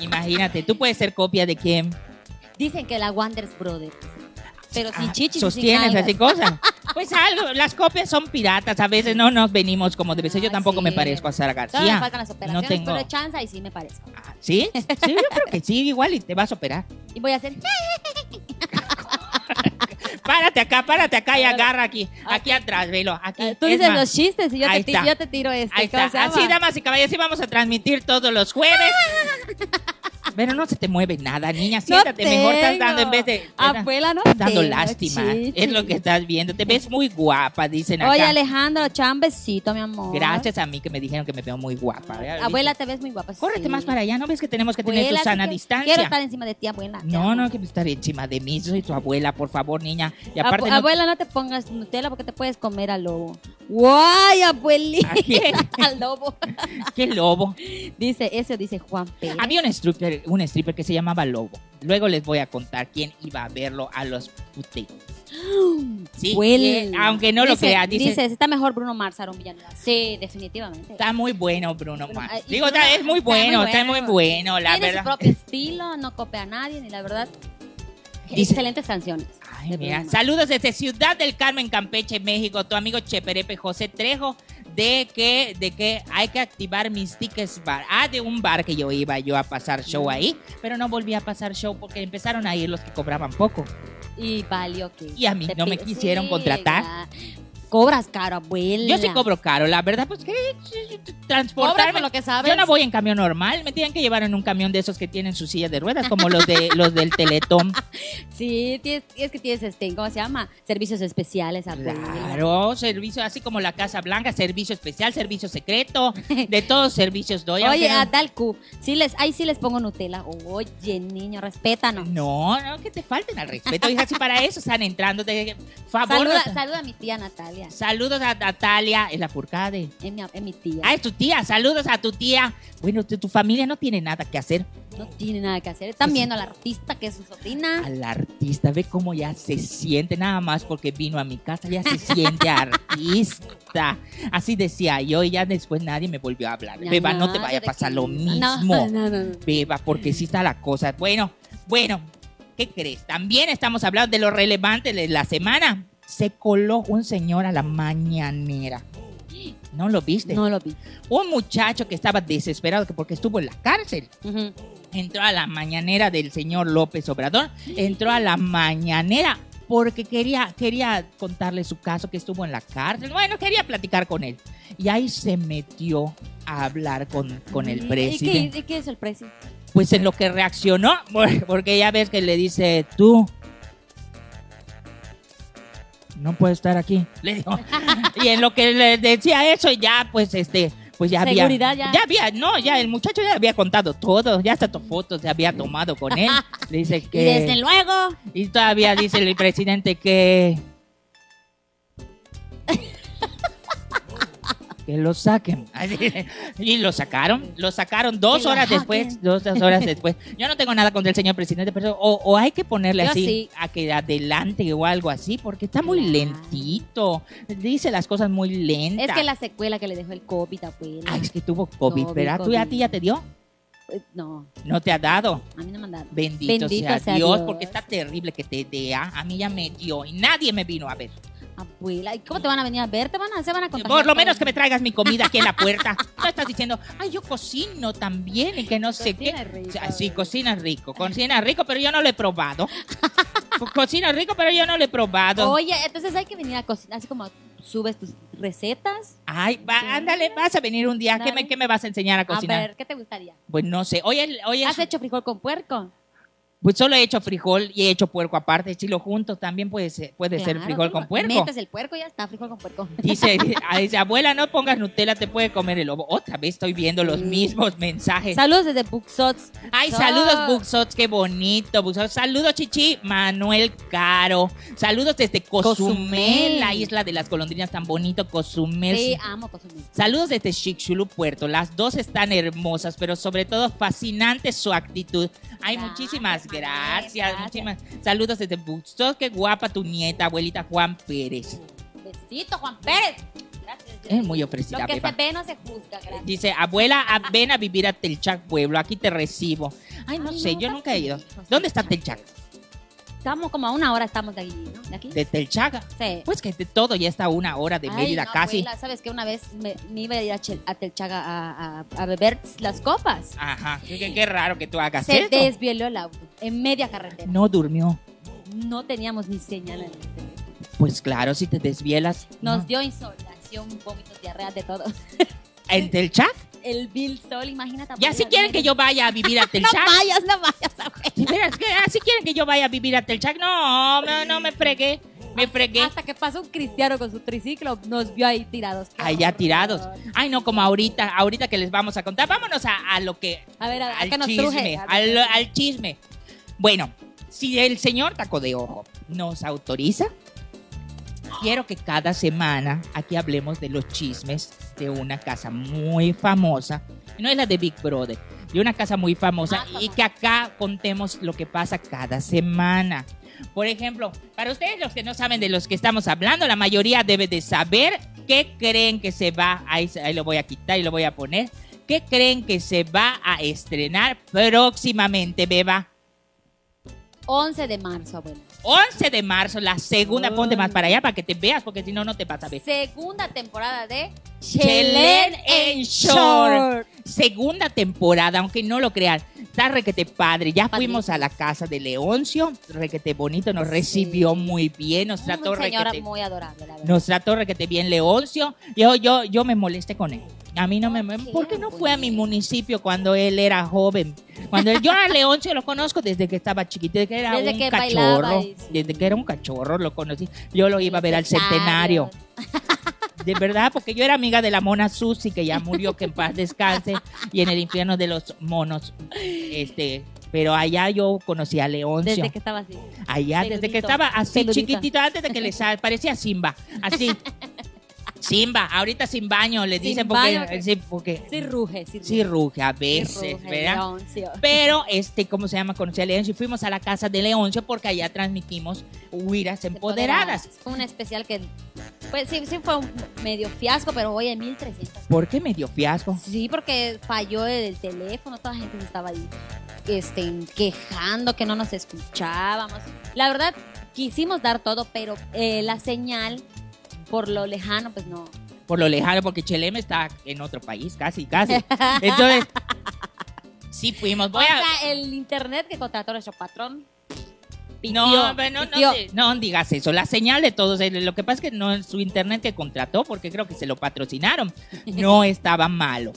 Imagínate, tú puedes ser copia de quién.
Dicen que la Wonders Brothers. Pero sin
Ah,
chichis. y
sostienes
sin
así
nalgas.
cosas. Pues algo, las copias son piratas, a veces no nos venimos como debe ser. Yo
Ah,
tampoco
sí.
me parezco a Sara García.
Todavía me faltan las operaciones,
no tengo.
pero chanza y sí me parezco.
Ah, ¿Sí? Sí, yo creo que sí, igual y te vas a operar.
Y voy a hacer.
Párate acá, párate acá y agarra aquí. Aquí atrás, velo. Aquí.
Eh, Tú
Eh, Es
dices
más,
los chistes y yo,
ahí
te, ti-
está.
yo te tiro este.
Ahí
¿cómo
está.
se llama?
Así, damas y caballeros, sí vamos a transmitir todos los
(laughs)
jueves. Pero no se te mueve nada, niña.
No
Siéntate, mejor estás
tengo. Ah,
dando en vez de.
Abuela, no.
estás dando
tengo
lástima.
chichis.
Es lo que estás viendo. Te ves muy guapa, dicen acá.
Oye, Alejandro, chan, besito, mi amor.
Gracias a mí que me dijeron que me veo muy guapa.
Abuela, te ves muy guapa.
Córrete
sí.
más para allá. ¿No ves que tenemos que tener
Abuela,
tu
sí
sana
que-
distancia?
Quiero estar encima de ti, abuela. te
No,
amo.
no, que estar encima de mí. Soy tu abuela, por favor, niña. Y
Abu-
aparte, no-
Abuela, no te pongas Nutella porque te puedes comer al lobo. ¡Guay, abuelita!
¿A quién?
(laughs) al lobo.
qué lobo.
Dice, eso dice Juan Pérez.
Había un stripper, un stripper que se llamaba Lobo. Luego les voy a contar quién iba a verlo a los puteos. Sí,
Abuela.
eh, aunque no lo
Pues, Dice-
creas, dice,
Dice, está mejor Bruno Mars, Aaron Villanueva. Sí, definitivamente.
está muy bueno Bruno
Bruno-
Mars.
ah, y
Digo,
Bruno-
está, es muy
está
bueno,
muy
está muy
bueno.
bueno, la
Tiene su
verdad.
propio estilo, no copia a nadie, ni la verdad.
Dice-
Excelentes canciones.
Ay,
de
mira.
Bruno Mars.
Saludos desde Ciudad del Carmen, Campeche, México. Tu amigo Cheperepe José Trejo. De que, de que hay que activar mis tickets bar. Ah, de un bar que yo iba yo a pasar
Mm.
show ahí, pero no volví a pasar show porque empezaron a ir los que cobraban poco.
Y valió que.
Y a mí
te
no me
pi-
quisieron
Sí,
contratar.
ya. Cobras caro, abuela.
Yo sí cobro caro, la verdad, pues que
Cobras
transportarme.
por lo que sabes.
Yo no voy en camión normal, me tienen que llevar en un camión de esos que tienen sus sillas de ruedas, como los
(laughs)
de los del Teletón.
Sí, tienes, es que tienes, este, ¿cómo se llama? Servicios especiales, abuela.
Claro, servicio así como la Casa Blanca, servicio especial, servicio secreto,
(laughs)
de todos servicios doy.
Oye,
aunque no-
a Dalcu, sí les, ahí sí les pongo Nutella. Oye, niño, respétanos.
no, no, que te falten al respeto, hija, si para eso están entrando, de favor.
Saluda,
no-
saluda a mi tía Natalia.
Saludos a Natalia, es la Furcade.
Es mi, es mi tía.
Ah, es tu tía, saludos a tu tía. Bueno, tu, tu familia no tiene nada que hacer.
no tiene nada que hacer.
Pues
Están viendo al artista que es su sobrina.
Al artista, ve cómo ya se siente, nada más porque vino a mi casa, ya se
(laughs)
siente artista. Así decía yo y ya después nadie me volvió a hablar.
Ya
Beba, no te
nada
vaya a
de
pasar
que-
lo mismo.
No, no, no, no.
Beba, porque sí está la cosa. Bueno, bueno, ¿qué crees? También estamos hablando de lo relevante de la semana. Se coló un señor a la mañanera. ¿No lo viste?
No lo vi.
Un muchacho que estaba desesperado que- porque estuvo en la cárcel.
Ujú.
Entró a la mañanera del señor López Obrador. Entró a la mañanera porque quería, quería contarle su caso que estuvo en la cárcel. Bueno, quería platicar con él. Y ahí se metió a hablar con, con el
¿Y qué-
presidente.
¿Y qué es el presidente?
Pues en lo que reaccionó, (laughs) por- porque ya ves que le dice, tú, no puedes estar aquí. Le
(laughs)
dijo. Y en lo que le decía eso, ya pues este, pues ya había...
Seguridad ya.
había, no, ya el muchacho ya había contado todo, ya hasta tu fotos se había tomado con
(laughs)
él. Le dice que...
Y desde luego.
Y todavía dice el presidente que. Que lo saquen. Y lo sacaron. Lo sacaron dos
Que lo
horas
saquen.
después. Dos, dos horas después. Yo no tengo nada contra el señor presidente, pero. O, o hay que ponerle
Yo
así.
sí.
A que adelante o algo así, porque está muy
Claro.
lentito. Dice las cosas muy lentas.
Es que la secuela que le dejó el COVID, abuela.
Ay, es que tuvo COVID,
COVID,
¿verdad? ¿Tú a
COVID.
ti ya te dio?
Pues, No,
No te ha dado.
a mí no me han dado.
Bendito,
Bendito
sea,
sea
Dios,
Dios.
porque está terrible que te dé. ah, A mí ya me dio y nadie me vino a ver.
Abuela, ¿y cómo te van a venir a ver? ¿Te van a, se van a contagiar?
Por lo menos que me traigas mi comida aquí en
(laughs)
la puerta. No estás diciendo, ay, yo cocino también y que no sé qué.
Cocina rico,
O sea, sí,
bebé.
cocina rico, cocina rico, pero yo no lo he
(laughs)
probado. Co- cocina rico, pero yo no lo he probado.
Oye, entonces hay que venir a cocinar, así como subes tus recetas.
Ay, va, ándale, vas a venir un día. ¿Qué me,
Dale.
qué me vas a enseñar a
A
cocinar?
ver, ¿qué te gustaría?
Pues no sé. Hoy, el- hoy el-
¿Has hecho frijol con puerco?
pues solo he hecho frijol y he hecho puerco aparte. Si lo junto, también puede ser, puede ser
Claro,
frijol con
¿no?
puerco.
Metes el puerco y ya está, frijol con puerco.
Dice, ah, dice, abuela, no pongas Nutella, te puede comer el lobo. Otra vez estoy viendo los
Sí.
mismos mensajes.
Saludos desde Buxots.
Ay,
Buxots.
saludos, Buxots, qué bonito. Buxots. Saludos, Chichi, Manuel Caro. Saludos desde Cozumel,
Cozumel.
la isla de las colondrinas tan bonito, Cozumel.
Sí, amo consumir.
Saludos desde Chicxulub, Puerto. Las dos están hermosas, pero sobre todo fascinante su actitud. Ay,
Gracias,
muchísimas
Manuel,
gracias.
gracias.
Muchísimas. Saludos desde Buxots, qué guapa tu nieta, abuelita Juan Pérez.
Besito, Juan Pérez. Gracias.
Es muy ofrecida,
Lo que
Beba.
se ve no se juzga, gracias.
Dice, abuela, a- ven a vivir a Telchac, pueblo, aquí te recibo. Ay, no
Ay,
sé,
no,
yo
está
nunca he ido.
lejos,
¿Dónde está
Telchac.
Telchac?
Estamos como a una hora estamos de aquí, ¿no? ¿De aquí?
¿De Telchac?
Sí.
Pues que de todo ya está a una hora de
Ay,
Mérida
no,
casi.
abuela, Sabes que una vez me, me iba a ir a, Chel- a Telchaga a, a- a beber las copas.
Ajá, qué, qué- qué raro que tú hagas
Se
eso.
desvieló el auto en media carretera.
No durmió.
No teníamos ni señal. en el teléfono.
Pues claro, si te desvielas.
Nos
no.
dio insolación, vómitos, diarrea, de todo. (laughs)
¿En Telchac?
El vil sol, imagínate.
Ya
abuela,
si quieren que
media-
yo vaya a vivir a
(laughs) No
Telchac.
vayas, no vayas, abuela.
De veras, que- ah, si quieren que yo vaya a vivir a Telchac. No, no, no me fregué. Me fregué.
Hasta que pasa un cristiano con su triciclo, nos vio ahí tirados. Qué
Allá
horror.
tirados. Ay, no, como ahorita, ahorita que les vamos a contar. Vámonos a, a lo que
A ver, a, a
al
que nos
chisme,
truje.
al, al chisme. Bueno, si el señor Taco de Ojo nos autoriza, quiero que cada semana aquí hablemos de los chismes de una casa muy famosa. No es la de Big Brother, de una casa muy famosa
Más
y
famosa.
que acá contemos lo que pasa cada semana. Por ejemplo, para ustedes los que no saben de los que estamos hablando, la mayoría debe de saber qué creen que se va, ahí, se- ahí lo voy a quitar y lo voy a poner, qué creen que se va a estrenar próximamente, Beba.
11 de marzo, abuela.
11 de marzo, la segunda,
Ay.
ponte más para allá para que te veas, porque si no, no te vas a ver.
Segunda temporada de
Chelen en Short.
Short.
Segunda temporada, aunque no lo crean. Está requete padre. Ya
Padrísimo.
fuimos a la casa de Leoncio. Requete bonito, nos recibió
Sí.
muy bien. Nos trató
Una señora
requete.
muy adorable, la verdad.
Nos trató requete bien Leoncio. Yo, yo, yo me molesté con él. A mí no me...
¿Por qué,
¿Por qué no fue a mi
pues?
municipio cuando él era joven? Cuando él- yo a Leoncio lo conozco desde que estaba chiquito, desde que era
Desde
un
que
cachorro.
bailaba y-
Desde que era un cachorro lo conocí. Yo lo iba a ver al centenario. De verdad, porque yo era amiga de la mona Susi, que ya murió, que en paz descanse, y en el infierno de los monos. Este, pero allá yo conocí a Leoncio.
Desde que estaba así.
allá, desde que
Peludito.
estaba así
Peludita. (laughs)
chiquitito, antes de que le sal, parecía Simba, así. Simba, ahorita sin baño, les
Sin
dicen porque,
baño, que-
sí, porque
Sí ruge, sí ruge.
sí ruge a veces,
Sí ruge,
¿verdad?
Leoncio.
Pero, este, ¿cómo se llama? Conocí a Leoncio y fuimos a la casa de Leoncio porque allá transmitimos Huiras Empoderadas.
Fue Un especial que, pues sí, sí fue un medio fiasco, pero hoy en 1300.
¿Por qué me dio fiasco?
Sí, porque falló el teléfono, toda la gente se estaba ahí este, quejando que no nos escuchábamos. La verdad, quisimos dar todo, pero eh, la señal, por lo lejano, pues no.
Por lo lejano, porque Chelem está en otro país, casi, casi.
(laughs)
Entonces, sí fuimos.
O
Voy a,
sea, el internet que contrató nuestro patrón.
no,
pitió,
pero no, no
pitió.
di- no digas eso. La señal de todos. eh, Lo que pasa es que no su internet que contrató, porque creo que se lo patrocinaron, (laughs) no estaba malo.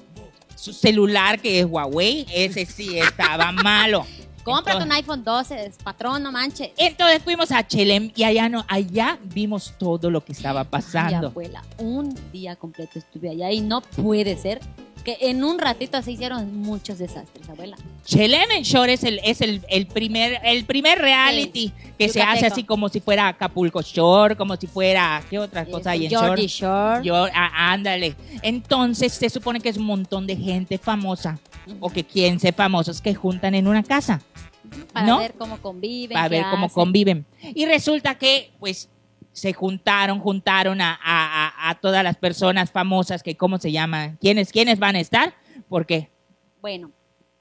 Su celular, que es Huawei, ese sí (laughs) estaba malo.
Cómprate
Entonces-
un iPhone 12, es patrón, no manches.
Entonces fuimos a Chelem y allá no, allá vimos todo lo que estaba
Mi
pasando.
abuela, un día completo estuve allá y no puede ser que en un ratito se hicieron muchos desastres, abuela.
Chelem H&M en Shore es el, es el, el primer, el primer reality que se hace
yucateco.
así como si fuera Acapulco Shore, como si fuera, ¿qué otras cosas hay en Shore?
Georgie Este, Shore.
Yo, á- ándale. Entonces se supone que es un montón de gente famosa o que quieren ser famosos que juntan en una casa
para
¿No?
ver cómo conviven.
para
qué
ver cómo
hacen.
conviven. Y resulta que, pues, se juntaron, juntaron a, a- a- a todas las personas famosas que, ¿cómo se llaman? ¿Quiénes, quiénes van a estar? Porque,
Bueno,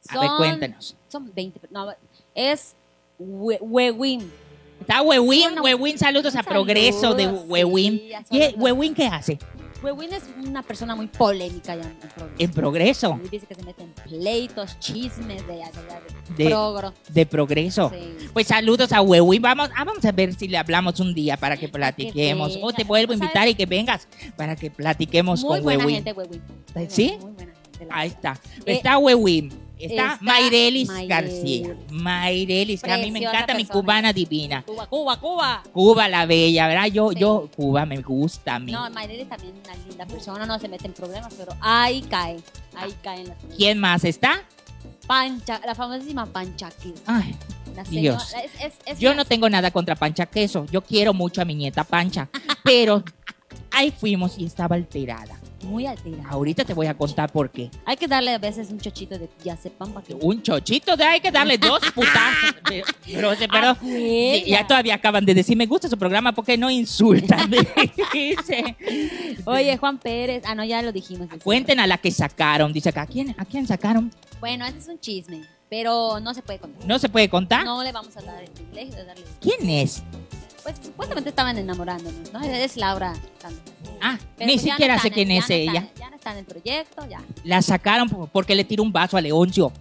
a
son,
ver, cuéntanos.
son 20, no, es Hue- Huewim.
Está Huehuín,
Bueno,
Huehuín, saludos a
saludos,
Progreso de
sí,
Huehuín.
a
¿Y
saludos.
Huehuín qué hace?
Huewim es una persona muy polémica ya en el programa.
En Progreso,
Él Dice que se meten pleitos, chismes de, de,
De-
de- progro.
de Progreso.
sí.
Pues saludos a Huehuín. Vamos, ah, vamos a ver si le hablamos un día para que platiquemos.
venga.
o te vuelvo a
¿Sabes?
invitar y que vengas para que platiquemos
Muy
con
buena
Huehuín.
gente, Huewim.
¿Sí?
Muy buena gente. la
Ahí
verdad.
está.
Eh,
está Huehuín. Está,
está
Mayrelis
Mayrelis.
García. Mayrelis, que a mí me
Preciosa
encanta mi
persona.
cubana divina.
Cuba, Cuba, Cuba.
Cuba la bella, ¿verdad? Yo,
Sí.
yo, Cuba me gusta a mí.
No, Mayrelis también es una linda persona, no se mete en problemas, pero ahí cae. Ahí cae en las
Ah. ¿Quién más está?
Pancha, la famosísima Pancha Kiss.
Ay,
La
Dios.
señora- es- es- es
yo
una-
no tengo nada contra Pancha Queso. Yo quiero mucho a mi nieta
(laughs)
Pancha. Pero ahí fuimos y estaba alterada.
Muy alterada.
Ahorita te voy a contar por qué.
Hay que darle a veces un chochito de ya sepan para que.
Un chochito de hay que darle
(laughs)
dos putazos. Pero, pero,
Ah,
pero-
Acuella.
ya todavía acaban de decir, me gusta su programa porque no insultan. (laughs) Dice.
Oye, Juan Pérez. Ah, no, ya lo dijimos. dice.
Cuenten a la que sacaron. Dice acá, ¿a quién, ¿a quién sacaron?
Bueno, este es un chisme, pero no se puede contar.
No se puede contar.
No le vamos a dar el privilegio de darle.
¿Quién es?
Pues supuestamente estaban enamorándonos, ¿no? Es Laura. Sanders.
Ah,
Pero
ni
pues ya
siquiera
no
sé
están,
quién
ya
es
no
ella.
están, ya no está en el proyecto, ya.
La sacaron por- porque le tiró un vaso a Leoncio.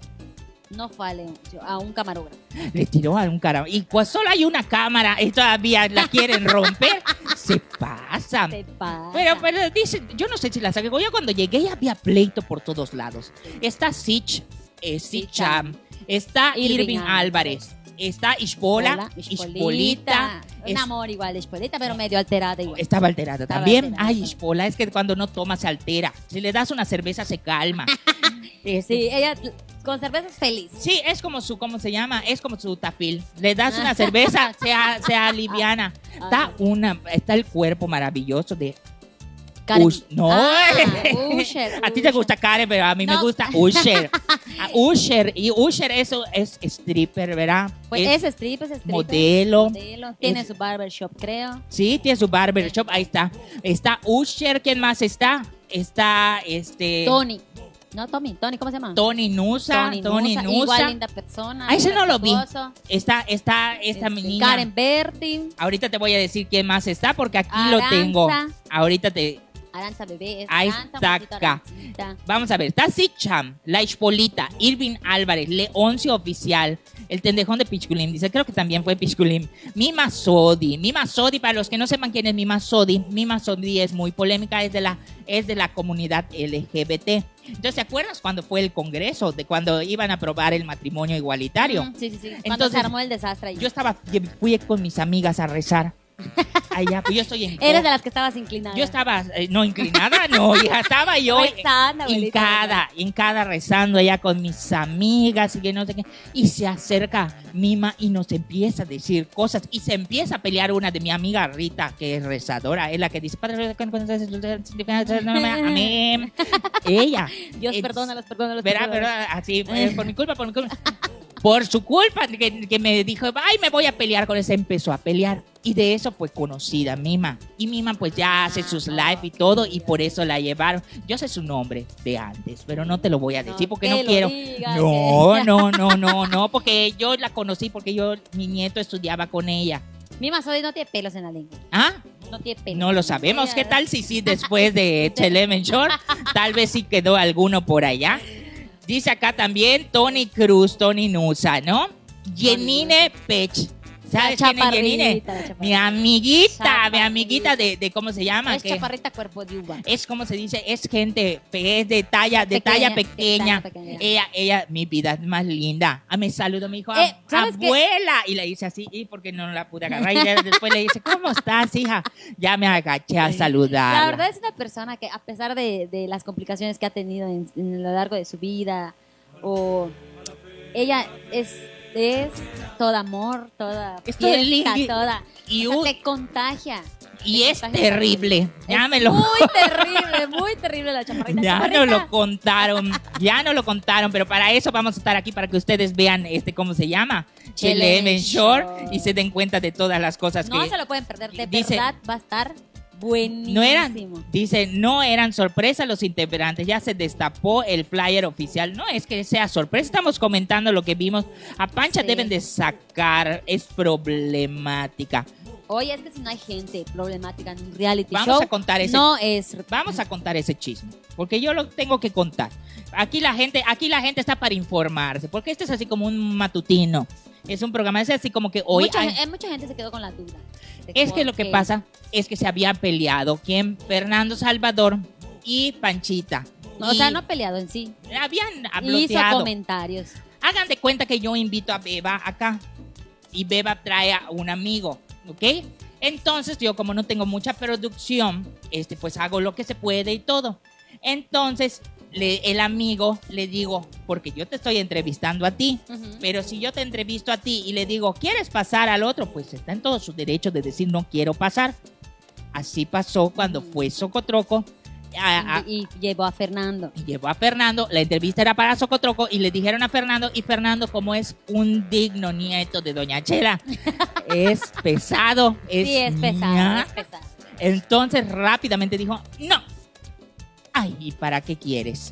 No fue a León, a un camarógrafo.
Le tiró a un cara. Y pues solo hay una cámara y todavía la quieren romper. se pasan.
Se pasa.
Ah. Pero, pero dice, yo no sé si la saqué. Yo cuando llegué ya había pleito por todos lados. Está Sich, eh, Sicham, está Irving,
Irving
Álvarez, está Ishbola,
Hola,
Ishbolita.
Un
es-
amor igual de Ispolita, pero medio alterada igual.
estaba alterada
Estaba
también.
alterada,
Ay,
estaba.
Ishbola, es que cuando no toma se altera. Si le das una cerveza se
(laughs)
calma. Este,
Sí, ella con cerveza es feliz.
Sí, es como su, ¿cómo se llama? Es como su tafil. Le das
(laughs)
una cerveza, sea, sea liviana. Está una, está el cuerpo maravilloso de
Karen-
Ush- no. (laughs)
Ah, Usher,
A ti te
Usher.
gusta Karen, pero a mí me
No. (laughs)
gusta Usher. A Usher. Y Usher eso es stripper, ¿verdad?
Pues
es
es, strip, es strip.
modelo.
Tiene
Es-
su barbershop, creo.
Sí, tiene su barbershop. Ahí está. Está Usher. ¿Quién más está? Está este.
Tony. No, Tommy. Tony, ¿cómo se llama?
Tony Nusa. Tony, Nusa.
Igual linda persona.
Ah, ese no lo vi.
respetuoso.
Está, está esta
Este,
menina.
Karen Berti.
Ahorita te voy a decir quién más está porque aquí lo
Aranza.
tengo. Ahorita te.
Aranza Bebé. es
Ahí
Aranza,
está
Moncito
acá.
Arancita.
Vamos a ver, está Sicham, La Ishpolita, Irving Álvarez, Leoncio Oficial, el tendejón de Pichculín, dice, creo que también fue Pichculín. Mima Sodi, Mima Sodi, para los que no sepan quién es Mima Sodi, Mima Sodi es muy polémica, es de la, es de la comunidad LGBT. Entonces, ¿te acuerdas cuando fue el Congreso, de cuando iban a aprobar el
Mm.
matrimonio igualitario?
Ujú, Sí, sí, sí. Cuando
Entonces,
se armó el desastre ahí. (laughs)
Yo estaba, fui con mis amigas a rezar Ay, ya, pues yo estoy en.
Eres de las que estabas inclinada.
Yo estaba, eh, no inclinada, no, hija, estaba yo
Rezando, abuelita,
hincada, hincada rezando allá con mis amigas y que no sé qué. Y se acerca Mima y nos empieza a decir cosas y se empieza a pelear una de mi amiga Rita, que es rezadora, es la que dice, Padre, amén. Ella.
Dios
Eh, (laughs)
perdónalos, perdónalos.
Verá,
perdónalos.
verá, así, eh, por mi culpa, por mi culpa. Por su culpa, que, que me dijo, ay, me voy a pelear con ese, empezó a pelear. Y de eso fue conocida Mima. Y Mima pues ya hace sus live y todo, y por eso la llevaron. Yo sé su nombre de antes, pero no te lo voy a decir porque
que
no
lo
quiero.
diga,
no,
que-
no, no, no, no, porque yo la conocí porque yo, mi nieto estudiaba con ella.
Mi Masodi no tiene pelos en la lengua.
¿Ah?
No tiene pelos.
No lo sabemos.
Ella-
¿Qué tal si sí después de Chelemen Short? Tal vez sí quedó alguno por allá. Dice acá también Tony Cruz, Tony Nusa, ¿no? Jenine Pech. ¿Sabes
La
quién es Jenine?
chaparrita, la chaparrita.
Mi amiguita, mi
Chaparrita.
amiguita de, de ¿cómo se llama?
Es
Que
chaparrita cuerpo de uva.
Es como se dice, es gente, pe- es de talla, de talla pequeña.
de talla pequeña.
Ella, ella, mi vida es más linda. Ah, me saludó, me dijo,
Eh,
"Ab-
¿sabes qué?
abuela. Y le hice así, y porque no la pude agarrar. Y
(laughs)
ya después le dice, ¿cómo estás, hija? Ya me agaché a saludar.
La verdad es una persona que, a pesar de, de las complicaciones que ha tenido en, en lo largo de su vida, o ella es, es todo amor, toda
Es todo
fiesta,
ligue.
toda.
Y
o sea,
un-
te contagia.
y
te
es
contagia
terrible.
Es
Ya me lo, (laughs)
Muy terrible, muy terrible la chaparrita.
ya no
Chaparrita,
lo contaron. Ya no lo contaron. Pero para eso vamos a estar aquí, para que ustedes vean, este, ¿cómo se llama?
El
Chelemen Shore.
Shore.
Y se den cuenta de todas las cosas
no
que...
se lo pueden perder. De
Dice-
verdad va a estar buenísimo.
No eran, dice, no eran sorpresa los integrantes, ya se destapó el flyer oficial. No es que sea sorpresa, estamos comentando lo que vimos. A Pancha
Sí.
deben de sacar, es problemática.
Oye, es que si no hay gente problemática en un reality
Vamos
show,
a contar ese-
no es
Vamos a contar ese chisme, porque yo lo tengo que contar. Aquí la gente, aquí la gente está para informarse, porque este es así como un matutino. Es un programa, es así como que hoy
mucha,
hay-
eh, mucha gente se quedó con la duda. de
Es
por
que lo que
qué.
pasa es que se habían peleado, ¿quién? Fernando Salvador y Panchita.
No, O
Y
sea, no ha peleado en sí.
habían
Hizo
habloteado.
comentarios.
Hagan de cuenta que yo invito a Beba acá y Beba trae a un amigo, ¿ok? Entonces yo como no tengo mucha producción, este, pues hago lo que se puede y todo. Entonces le- el amigo le digo, porque yo te estoy entrevistando a ti,
Ujú.
pero si yo te entrevisto a ti y le digo, ¿quieres pasar al otro? Pues está en todo su derecho de decir, no quiero pasar. Así pasó cuando
Ujú.
fue Socotroco. a- a-
Y, y llevó a Fernando.
y llevó a Fernando, la entrevista era para Socotroco y le dijeron a Fernando, y Fernando como es un digno nieto de Doña
(laughs)
Chela, es pesado, es,
sí, es pesado,
ña.
es pesado.
Entonces rápidamente dijo, no, ay, ¿y para qué quieres?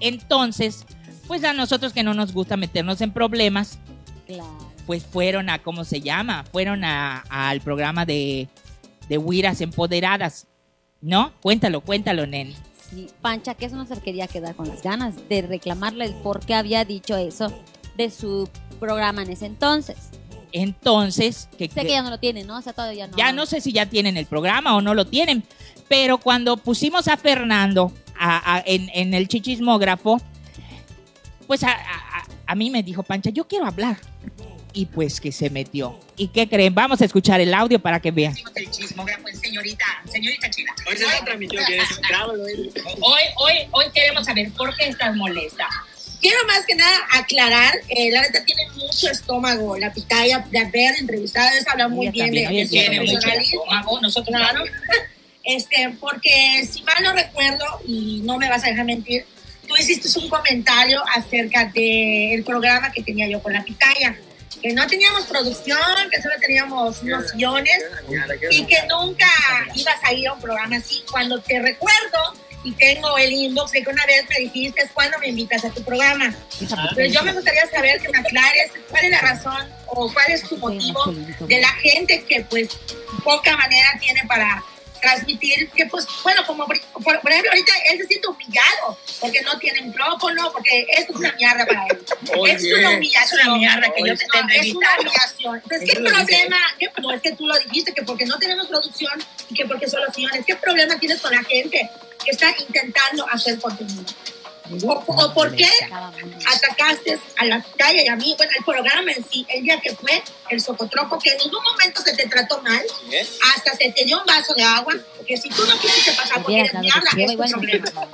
Entonces, pues a nosotros que no nos gusta meternos en problemas,
Claro.
pues fueron a, ¿cómo se llama? Fueron a- al programa de, de Huiras Empoderadas, ¿no? Cuéntalo, cuéntalo, Nen.
Sí, Pancha, que eso no se quería quedar con las ganas de reclamarle el por qué había dicho eso de su programa en ese entonces.
Entonces, que,
Sé que ya no lo tiene, ¿no? O sea, todavía no.
Ya no sé si ya tienen el programa o no lo tienen, pero cuando pusimos a Fernando a- a- en, en el chichismógrafo, pues a, a- a- a mí me dijo Pancha, yo quiero hablar. Y pues que se metió. ¿Y qué creen? Vamos a escuchar el audio para que vean.
el chismógrafo es señorita, señorita Chila.
Hoy Pues se está transmitió que es. Grábalo ahí.
Hoy, hoy, hoy queremos saber por qué estás molesta.
Quiero más que nada aclarar, eh, la neta tiene mucho estómago, la pitaya de haber entrevistado, es hablar muy
Ella
bien de,
también, ella
de su
tiene mucho
profesionalismo.
nosotros
Claro. (laughs) Este, porque si mal no recuerdo, y no me vas a dejar mentir, tú hiciste un comentario acerca del programa que tenía yo con la pitaya. Que no teníamos producción, que solo teníamos unos guiones y que nunca ibas a ir a un programa así. Cuando te recuerdo y tengo el inbox de que una vez me dijiste es cuando me invitas a tu programa. Pero yo me gustaría saber que me aclares cuál es la razón o cuál es tu motivo de la gente que pues poca manera tiene para transmitir que pues bueno como por, por ejemplo ahorita él se siente humillado porque no tiene micrófono porque esto es una mierda para él
Oye.
es una humillación
Es una mierda que yo te esté
No, es una
entrevistando.
humillación entonces qué
Eso lo dice
problema qué no, es que tú lo dijiste que porque no tenemos producción y que porque son los guiones qué problema tienes con la gente que está intentando hacer contenido ¿O, o por qué
Estaba muy bien.
atacaste a la talla y a mí? Bueno, el programa en sí, el día que fue el socotroco, que en ningún momento se te trató mal,
¿Eh?
hasta se te dio un vaso de agua, porque si tú no quieres que pasar porque
Hubiera
eres
dado
mi habla,
que quiero,
es tu
igual no.
problema.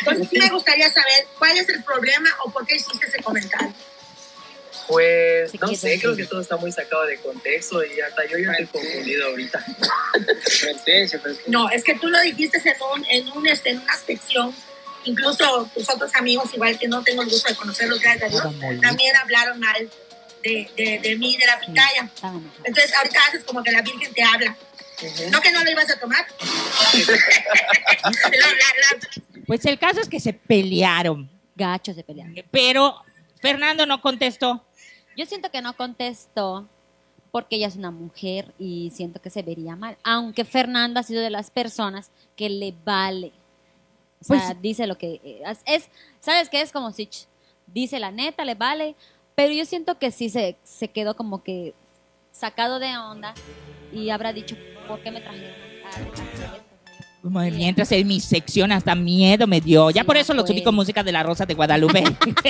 Entonces sí me gustaría saber cuál es el problema o por qué hiciste ese comentario.
Pues
Se
no
quedó
sé,
así.
creo que todo está muy sacado de contexto y hasta yo ya estoy confundido ahorita. Pretencio,
No, es que tú lo dijiste en, un, en, un, este, en una sección. Incluso tus otros amigos, igual que no tengo el gusto de conocerlos, gracias a Dios, también hablaron mal de, de, de mí, de la pitaya.
Estaba enojada.
Entonces, ahorita haces como que la Virgen te habla. No que no lo ibas a tomar. (laughs) la, la, la-
Pues el caso es que se pelearon,
Gachos de pelear.
pero Fernando no contestó.
Yo siento que no contestó porque ella es una mujer y siento que se vería mal. Aunque Fernanda ha sido de las personas que le vale. O sea,
Pues-
dice lo que eh, es, es- ¿Sabes qué? Es como si ch- dice la neta, le vale. Pero yo siento que sí se, se quedó como que sacado de onda y habrá dicho, ¿por qué me trajeron? Ah, me trajeron esto".
Madre, Mientras en mi sección hasta miedo me dio. Ya
Sí, pues.
por
me
eso lo subí
acuerdo.
con música de la Rosa de
(laughs)
Guadalupe.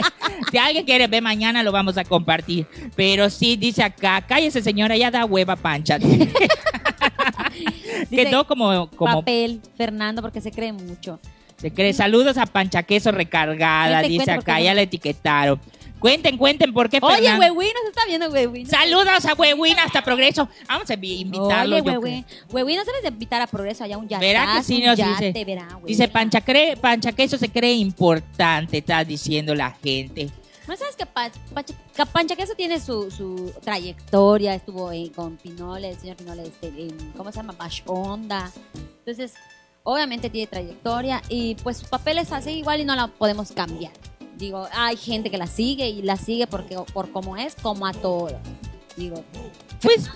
(laughs) si alguien quiere ver mañana lo vamos a compartir. Pero sí dice acá, cállese señora, ya da hueva
(laughs)
pancha.
Dice,
Quedó como, como
papel, Fernando, porque se cree mucho.
se cree. Saludos a Pancha Queso recargada,
Cuenten,
dice
cuenten,
acá,
porque
ya
no-
la etiquetaron. Cuenten, cuenten por qué
Oye,
Fernando-
Huehuín, nos está viendo Huehuín.
Saludos a Huehuín hasta Progreso. Vamos a invi- invitarlo.
Oye,
yo creo.
güey, güey, güey, no sabes de invitar a Progreso allá a un yate.
Verá que sí nos dice. Dice Pancha, cree, Pancha Queso se cree importante, está diciendo la gente.
¿No sabes que Pancha, Pancha, que Pancha Queso tiene su, su trayectoria? Estuvo en- con Pinole, el señor Pinole, este, en, ¿cómo se llama? Bash Onda. Entonces, obviamente tiene trayectoria y pues su papel es así igual y no la podemos cambiar. Digo, hay gente que la sigue y la sigue porque por cómo es, como a todos. Digo,
Pues.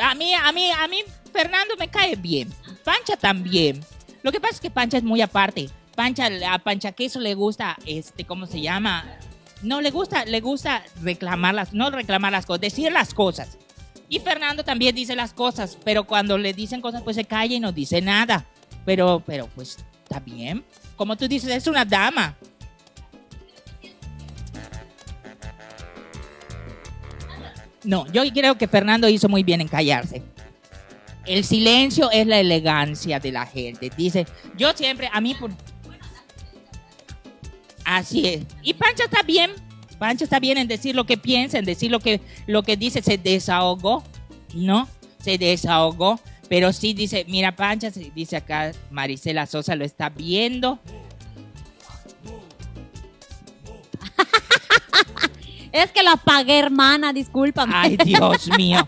A mí, a mí, a mí, Fernando me cae bien. Pancha también. Lo que pasa es que Pancha es muy aparte. Pancha, a Pancha Queso le gusta, este, ¿cómo se llama? No, le gusta, le gusta reclamar las, no reclamar las cosas, decir las cosas. Y Fernando también dice las cosas, pero cuando le dicen cosas, pues se calla y no dice nada. Pero, pero, pues, está bien. Como tú dices, es una dama. No, yo creo que Fernando hizo muy bien en callarse. El silencio es la elegancia de la gente. Dice, yo siempre, a mí... por- Así es. Y Pancho está bien. Pancho está bien en decir lo que piensa, en decir lo que, lo que dice. Se desahogó, ¿no? Se desahogó. Pero sí dice, mira Pancha, se- dice acá Marisela Sosa lo está viendo.
es que lo apagué, hermana, discúlpame.
Ay, Dios mío.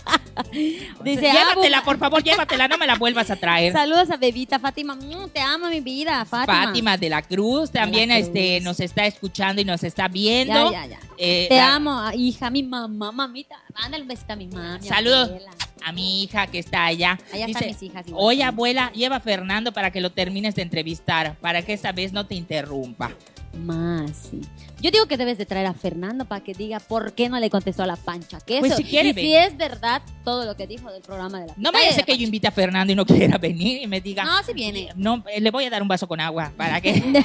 Dice, ah,
llévatela, por favor, llévatela, no me la vuelvas a traer.
(laughs) Saludos a Bebita, Fátima. Mm, te amo, mi vida, Fátima.
Fátima de la Cruz también
De la
este
Cruz.
nos está escuchando y nos está viendo.
Ya, ya, ya.
Eh,
Te
la-
amo, ah, hija, mi mamá, mamita. Mándale un besito a mi mami. a
Saludos.
mi abuela.
A mi hija que está allá.
Allá están
Dice,
mis hijas. igual.
Oye, abuela, lleva a Fernando para que lo termines de entrevistar, para que esta vez no te interrumpa.
Más, sí. Yo digo que debes de traer a Fernando para que diga por qué no le contestó a la pancha. Que
Pues
eso-
si quiere,
y si es verdad todo lo que dijo del programa de la
No
Ay,
vaya a
de
ser
la
que yo invite a Fernando y no (laughs) quiera venir y me diga,
Pancha. No, si viene.
no, eh, le voy a dar un vaso con agua para
(laughs)
que...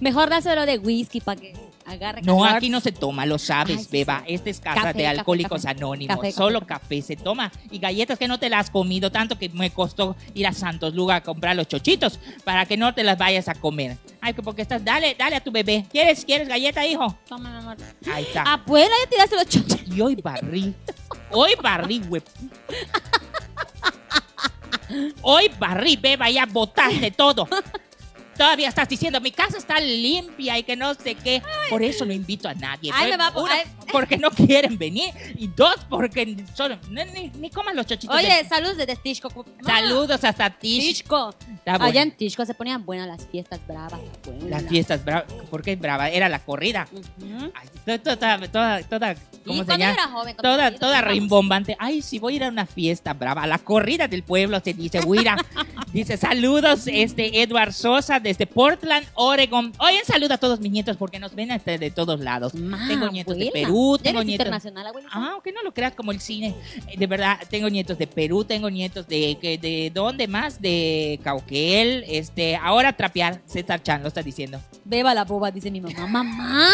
Mejor dáselo de whisky para que agarre.
No,
calor.
aquí no se toma, lo sabes,
Ay, sí,
Beba.
sí.
Esta es casa
Café,
de
café,
alcohólicos
café.
anónimos.
Café, café,
Solo
café.
café, se toma. Y galletas que no te las has comido, tanto que me costó ir a Santos Lugar a comprar los chochitos para que no te las vayas a comer. Ay, que porque estás. Dale, dale a tu bebé. ¿Quieres, quieres galleta, hijo?
Toma, mi amor.
Ahí está.
Abuela, ya tiraste los chochos.
(laughs) Y hoy barrí. Hoy barrí, güey. Hoy barrí, beba, ya botaste todo. Todavía estás diciendo, mi casa está limpia y que no sé qué. Por eso no invito a nadie.
Ay,
Fue
me va pues, a po-
una,
ay.
porque no quieren venir. Y dos, porque solo, ni, ni- ni coman los chochitos.
Oye,
de-
saludos desde Tishko.
saludos hasta Tish.
Tishko.
Está bueno.
Allá en Tishko se ponían buenas las fiestas bravas. buenas.
Las fiestas, bra- ¿por qué brava? Era la corrida.
Ujú.
Ay, to- to- toda, toda, toda,
Y
¿cómo se
cuando
llama?
yo era joven, cuando
Toda,
yo era
toda
joven, (laughs)
rimbombante. Ay, si voy a ir a una fiesta brava, a la corrida del pueblo, se dice, voy a ir a- Dice, saludos, este Edward Sosa desde Portland, Oregon. Oigan, saluda a todos mis nietos porque nos ven hasta de todos lados.
Ma,
tengo nietos de
abuela.
Perú,
Ya
tengo
eres
nietos...
internacional, abuelita.
Ah, aunque no lo creas como el cine. Eh, De verdad, tengo nietos de Perú, tengo nietos de, que- de ¿dónde más? De Cauquel. Este, ahora trapear, César Chan lo está diciendo.
Beba la boba, dice
(laughs)
mi mamá. Mamá.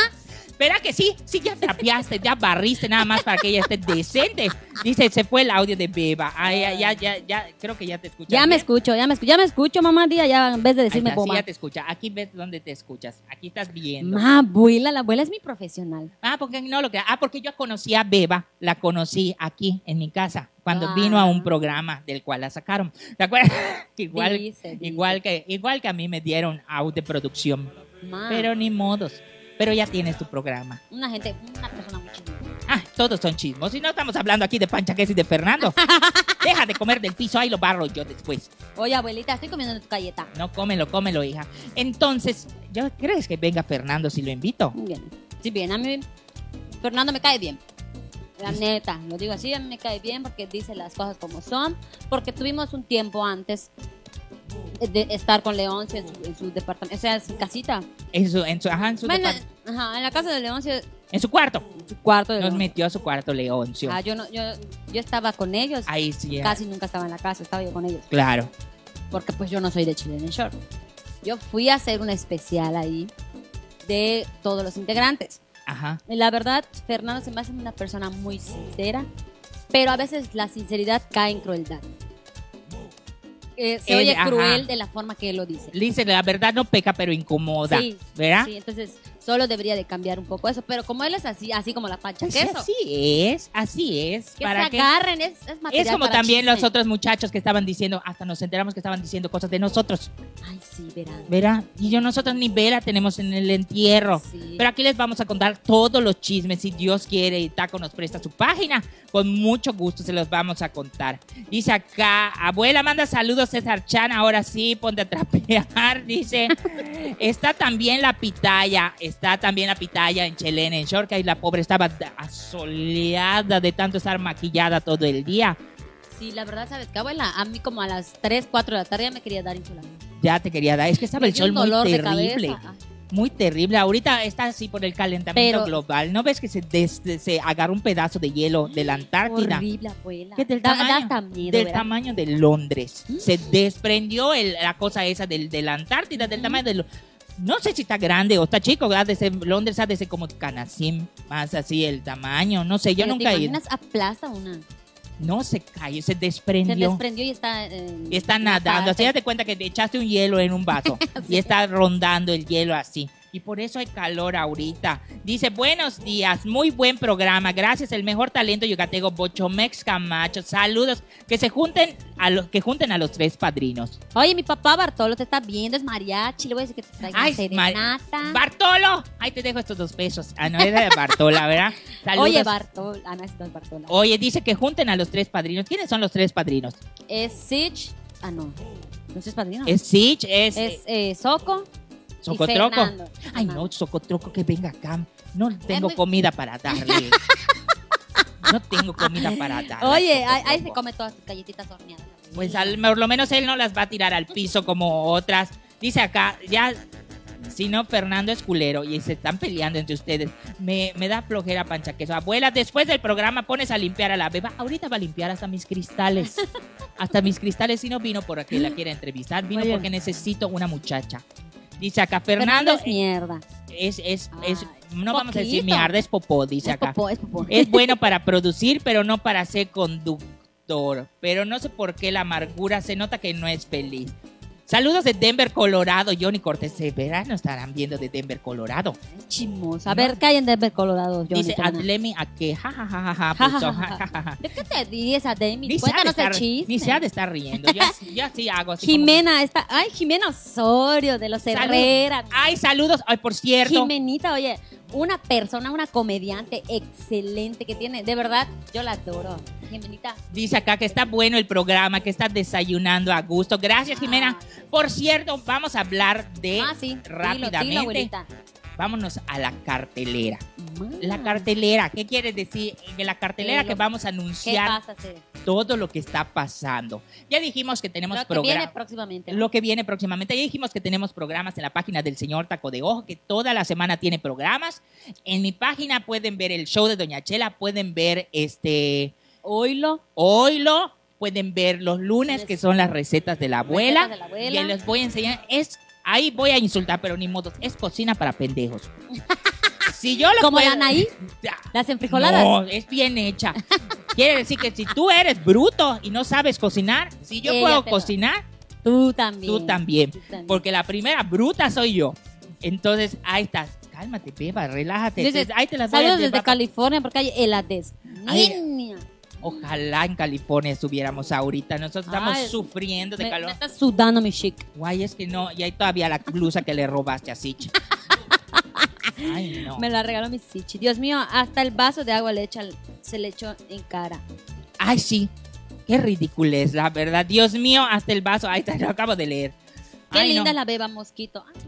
Espera que sí, sí, ya trapeaste, ya barriste nada más para que ella esté decente. Dice, se fue el audio de Beba. Ay, ya, ya, ya, ya, creo que ya te escuchas.
Ya me
bien.
escucho, ya me escucho, ya me escucho, mamá día, ya en vez de
Ahí
decirme
está, sí,
boba.
ya te escucha. Aquí ves dónde te escuchas. Aquí estás viendo.
Ma, abuela, la abuela es mi profesional.
Ah, porque no lo que. Ah, porque yo conocí a Beba, la conocí aquí en mi casa cuando
Ah.
vino a un programa del cual la sacaron. ¿Te acuerdas? (laughs) igual,
Dice, dice.
igual que, igual que a mí me dieron out de producción,
Ma,
pero ni modos. Pero ya tienes tu programa.
una gente, una persona muy chingona.
Ah, todos son chismos. Y no estamos hablando aquí de Panchaques y de
(laughs)
Fernando. Deja de comer del piso, ahí lo barro yo después.
Oye, abuelita, estoy comiendo tu galleta.
No, cómelo, cómelo, hija. Entonces, ¿yo crees que venga Fernando si lo invito?
Muy bien. Sí, bien, a mí Fernando me cae bien. La neta, lo digo así, a mí me cae bien porque dice las cosas como son, porque tuvimos un tiempo antes de estar con Leoncio en su, en su departamento, o sea, en su casita.
En su, en su, ajá, en su
Bueno,
depart-
ajá, en la casa de Leoncio,
en su cuarto.
su cuarto de
Nos
Leoncio.
metió a su cuarto Leoncio.
Ah, yo, no, yo, yo estaba con ellos,
Ahí sí. era.
casi nunca estaba en la casa, estaba yo con ellos.
Claro.
porque pues yo no soy de Chile Shore. Yo fui a hacer un especial ahí de todos los integrantes.
Ajá.
Y la verdad, Fernando se me hace una persona muy sincera, pero a veces la sinceridad cae en crueldad. Eh, se
Él,
oye
ajá.
cruel de la forma que él lo dice.
Le Dice, la verdad no peca, pero incomoda.
Sí,
¿Verdad?
Sí, entonces solo debería de cambiar un poco eso, pero como él es así, así como la pancha
Pues
queso,
así es, así es.
que
¿Para
se
qué?
agarren, es, es material
Es como
para
también
chisme.
los otros muchachos que estaban diciendo, hasta nos enteramos que estaban diciendo cosas de nosotros,
Ay, sí, verán.
¿verdad? Y yo nosotros ni Vera tenemos en el entierro.
Sí.
Pero aquí les vamos a contar todos los chismes, si Dios quiere y Taco nos presta su página, con mucho gusto se los vamos a contar. Dice acá, abuela, manda saludos César Chan, ahora sí, ponte a trapear, (laughs) dice. está también la pitaya, está también la pitaya en Chelena, en Shorca, y la pobre estaba asoleada de tanto estar maquillada todo el día.
Sí, la verdad, ¿sabes qué, abuela? A mí como a las 3, 4 de la tarde ya me quería dar insulina.
Ya te quería dar, es que estaba el
Me dio
sol
un
muy
dolor de
terrible.
cabeza. Ah,
Muy terrible. Ahorita está así por el calentamiento
Pero-
global. ¿No ves que se, des- se agarra un pedazo de hielo de la Antártida?
Horrible, abuela.
Que del
Da-
tamaño,
da hasta miedo,
del
¿verdad?
tamaño de Londres. Se desprendió el- la cosa esa del, de la Antártida, del tamaño de... lo- No sé si está grande o está chico. ha de ser- Londres ha de ser como Canacín, más así el tamaño. No sé, yo
Pero
nunca
¿Te
he ido.
imaginas? Aplasta una.
No se cayó, se
Se
desprendió.
desprendió y está... eh,
Y está
en una
nadando. Así
parte.
date cuenta que te echaste un hielo en un vaso y está rondando el hielo así. Y por eso hay calor ahorita. Dice, buenos días, muy buen programa. Gracias, el mejor talento yucateco Bochomex Camacho. Saludos. Que se junten a los, que junten a los tres padrinos.
Oye, mi papá Bartolo te está viendo, es mariachi. Le voy a decir que te traiga
Ay, Mar-
serenata.
¡Bartolo! Ahí te dejo estos dos pesos. Ah, no, era de Bartola, ¿verdad? Saludos. Oh.
Oye, Bartolo. Ah, no, ese no es Bartolo.
Oye, dice que junten a los tres padrinos. ¿Quiénes son los tres padrinos?
Es Sitch. Ah, no. No sé, es padrino.
Es Sitch, es,
Ah. Es eh, Soco. y
Socotroco.
Fernando.
Ay,
Fernando.
no, Socotroco, que venga acá. No tengo
muy-
comida para darle. No tengo comida para darle.
Oye,
al
ahí, ahí se
Socotroco.
come todas tus galletitas horneadas.
Pues al, por lo menos él no las va a tirar al piso como otras. Dice acá, ya. Si no, Fernando es culero y se están peleando entre ustedes. Me, me da flojera, pancha queso. Abuela, después del programa pones a limpiar a la beba. Ahorita va a limpiar hasta mis cristales. Hasta mis cristales. Si no vino porque
(gasps)
la quiera entrevistar, vino
Oye.
porque necesito una muchacha. Dice acá,
Fernando
Fernando, eh,
es mierda.
es, es, es-
Ay,
no vamos a decir
Ah, poquito.
mierda, es popó, dice
Es
acá. Eh,
popó, es popó. (laughs)
Es bueno para producir, pero no para ser conductor. Pero no sé por qué la amargura se nota que no es feliz. Saludos de Denver, Colorado. Johnny Cortés, se verá, nos estarán viendo de Denver, Colorado.
Chismoso. A ver, ¿qué hay en Denver, Colorado? Johnny,
Dice,
perdona?
adleme a que, ja, ja, ja, ja, ja,
Ja,
puso, ja,
ja, ja,
ja, ja, ja.
¿De qué te dirías a Demi?
Ni se ha de
Cuéntanos el
estar- ni se ha
chiste.
de estar riendo. Yo, yo así hago. así como-
Jimena, está, ay, Jimena Osorio de los
Salud.
Herrera.
Ay, saludos. Ay, por cierto.
Jimenita, oye, una persona, una comediante excelente que tiene, de verdad, yo la adoro. Jimenita.
Dice acá que está bueno el programa, que está desayunando a gusto. Gracias, Jimena.
Ay.
Por cierto, vamos a hablar de
Ah, sí, dilo, dilo,
Eh, rápidamente
abuelita.
vámonos a la cartelera.
Ma.
La cartelera, ¿qué quieres decir? De la cartelera
Sí, lo-
que vamos a
¿Qué
anunciar
pasa, Cere?
todo lo que está pasando. Ya dijimos que tenemos
Lo que
programa.
viene próximamente.
Lo que viene próximamente. Ya dijimos que tenemos programas en la página del señor Taco de Ojo, que toda la semana tiene programas. En mi página pueden ver el show de Doña Chela, pueden ver este
Oilo.
Oilo, pueden ver los lunes,
Les-
que son las recetas de la abuela.
Recetas de la abuela.
Y les voy a enseñar. Es, ahí voy a insultar, pero ni modo. Es cocina para
(laughs)
pendejos. si yo lo
Como
puedo-
la Anaí,
Ya.
las enfrijoladas.
No, es bien hecha. Quiere decir que si tú eres bruto y no sabes cocinar, si yo
Ella
puedo
te lo-
cocinar,
Tú también.
tú también.
Tú también.
Porque la primera bruta soy yo. Entonces, ahí estás. Cálmate, beba, relájate.
Dice,
ahí te las voy a
Saludos desde
llevar.
California porque hay helades.
Ay,
Niña.
Ojalá en California estuviéramos ahorita. Nosotros estamos
Ay,
sufriendo de
Me,
calor.
me está sudando mi chic.
Guay, es que no. Y hay todavía la blusa que le robaste a
(laughs)
Sich. Ay, no.
Me la regaló mi Sichi. Dios mío, hasta el vaso de agua le echa, se le echó en cara.
Ay, sí. Qué ridiculez, la verdad. Dios mío, hasta el vaso. Ahí está, lo acabo de leer.
Qué
Ay, no.
linda es la beba mosquito. Ay,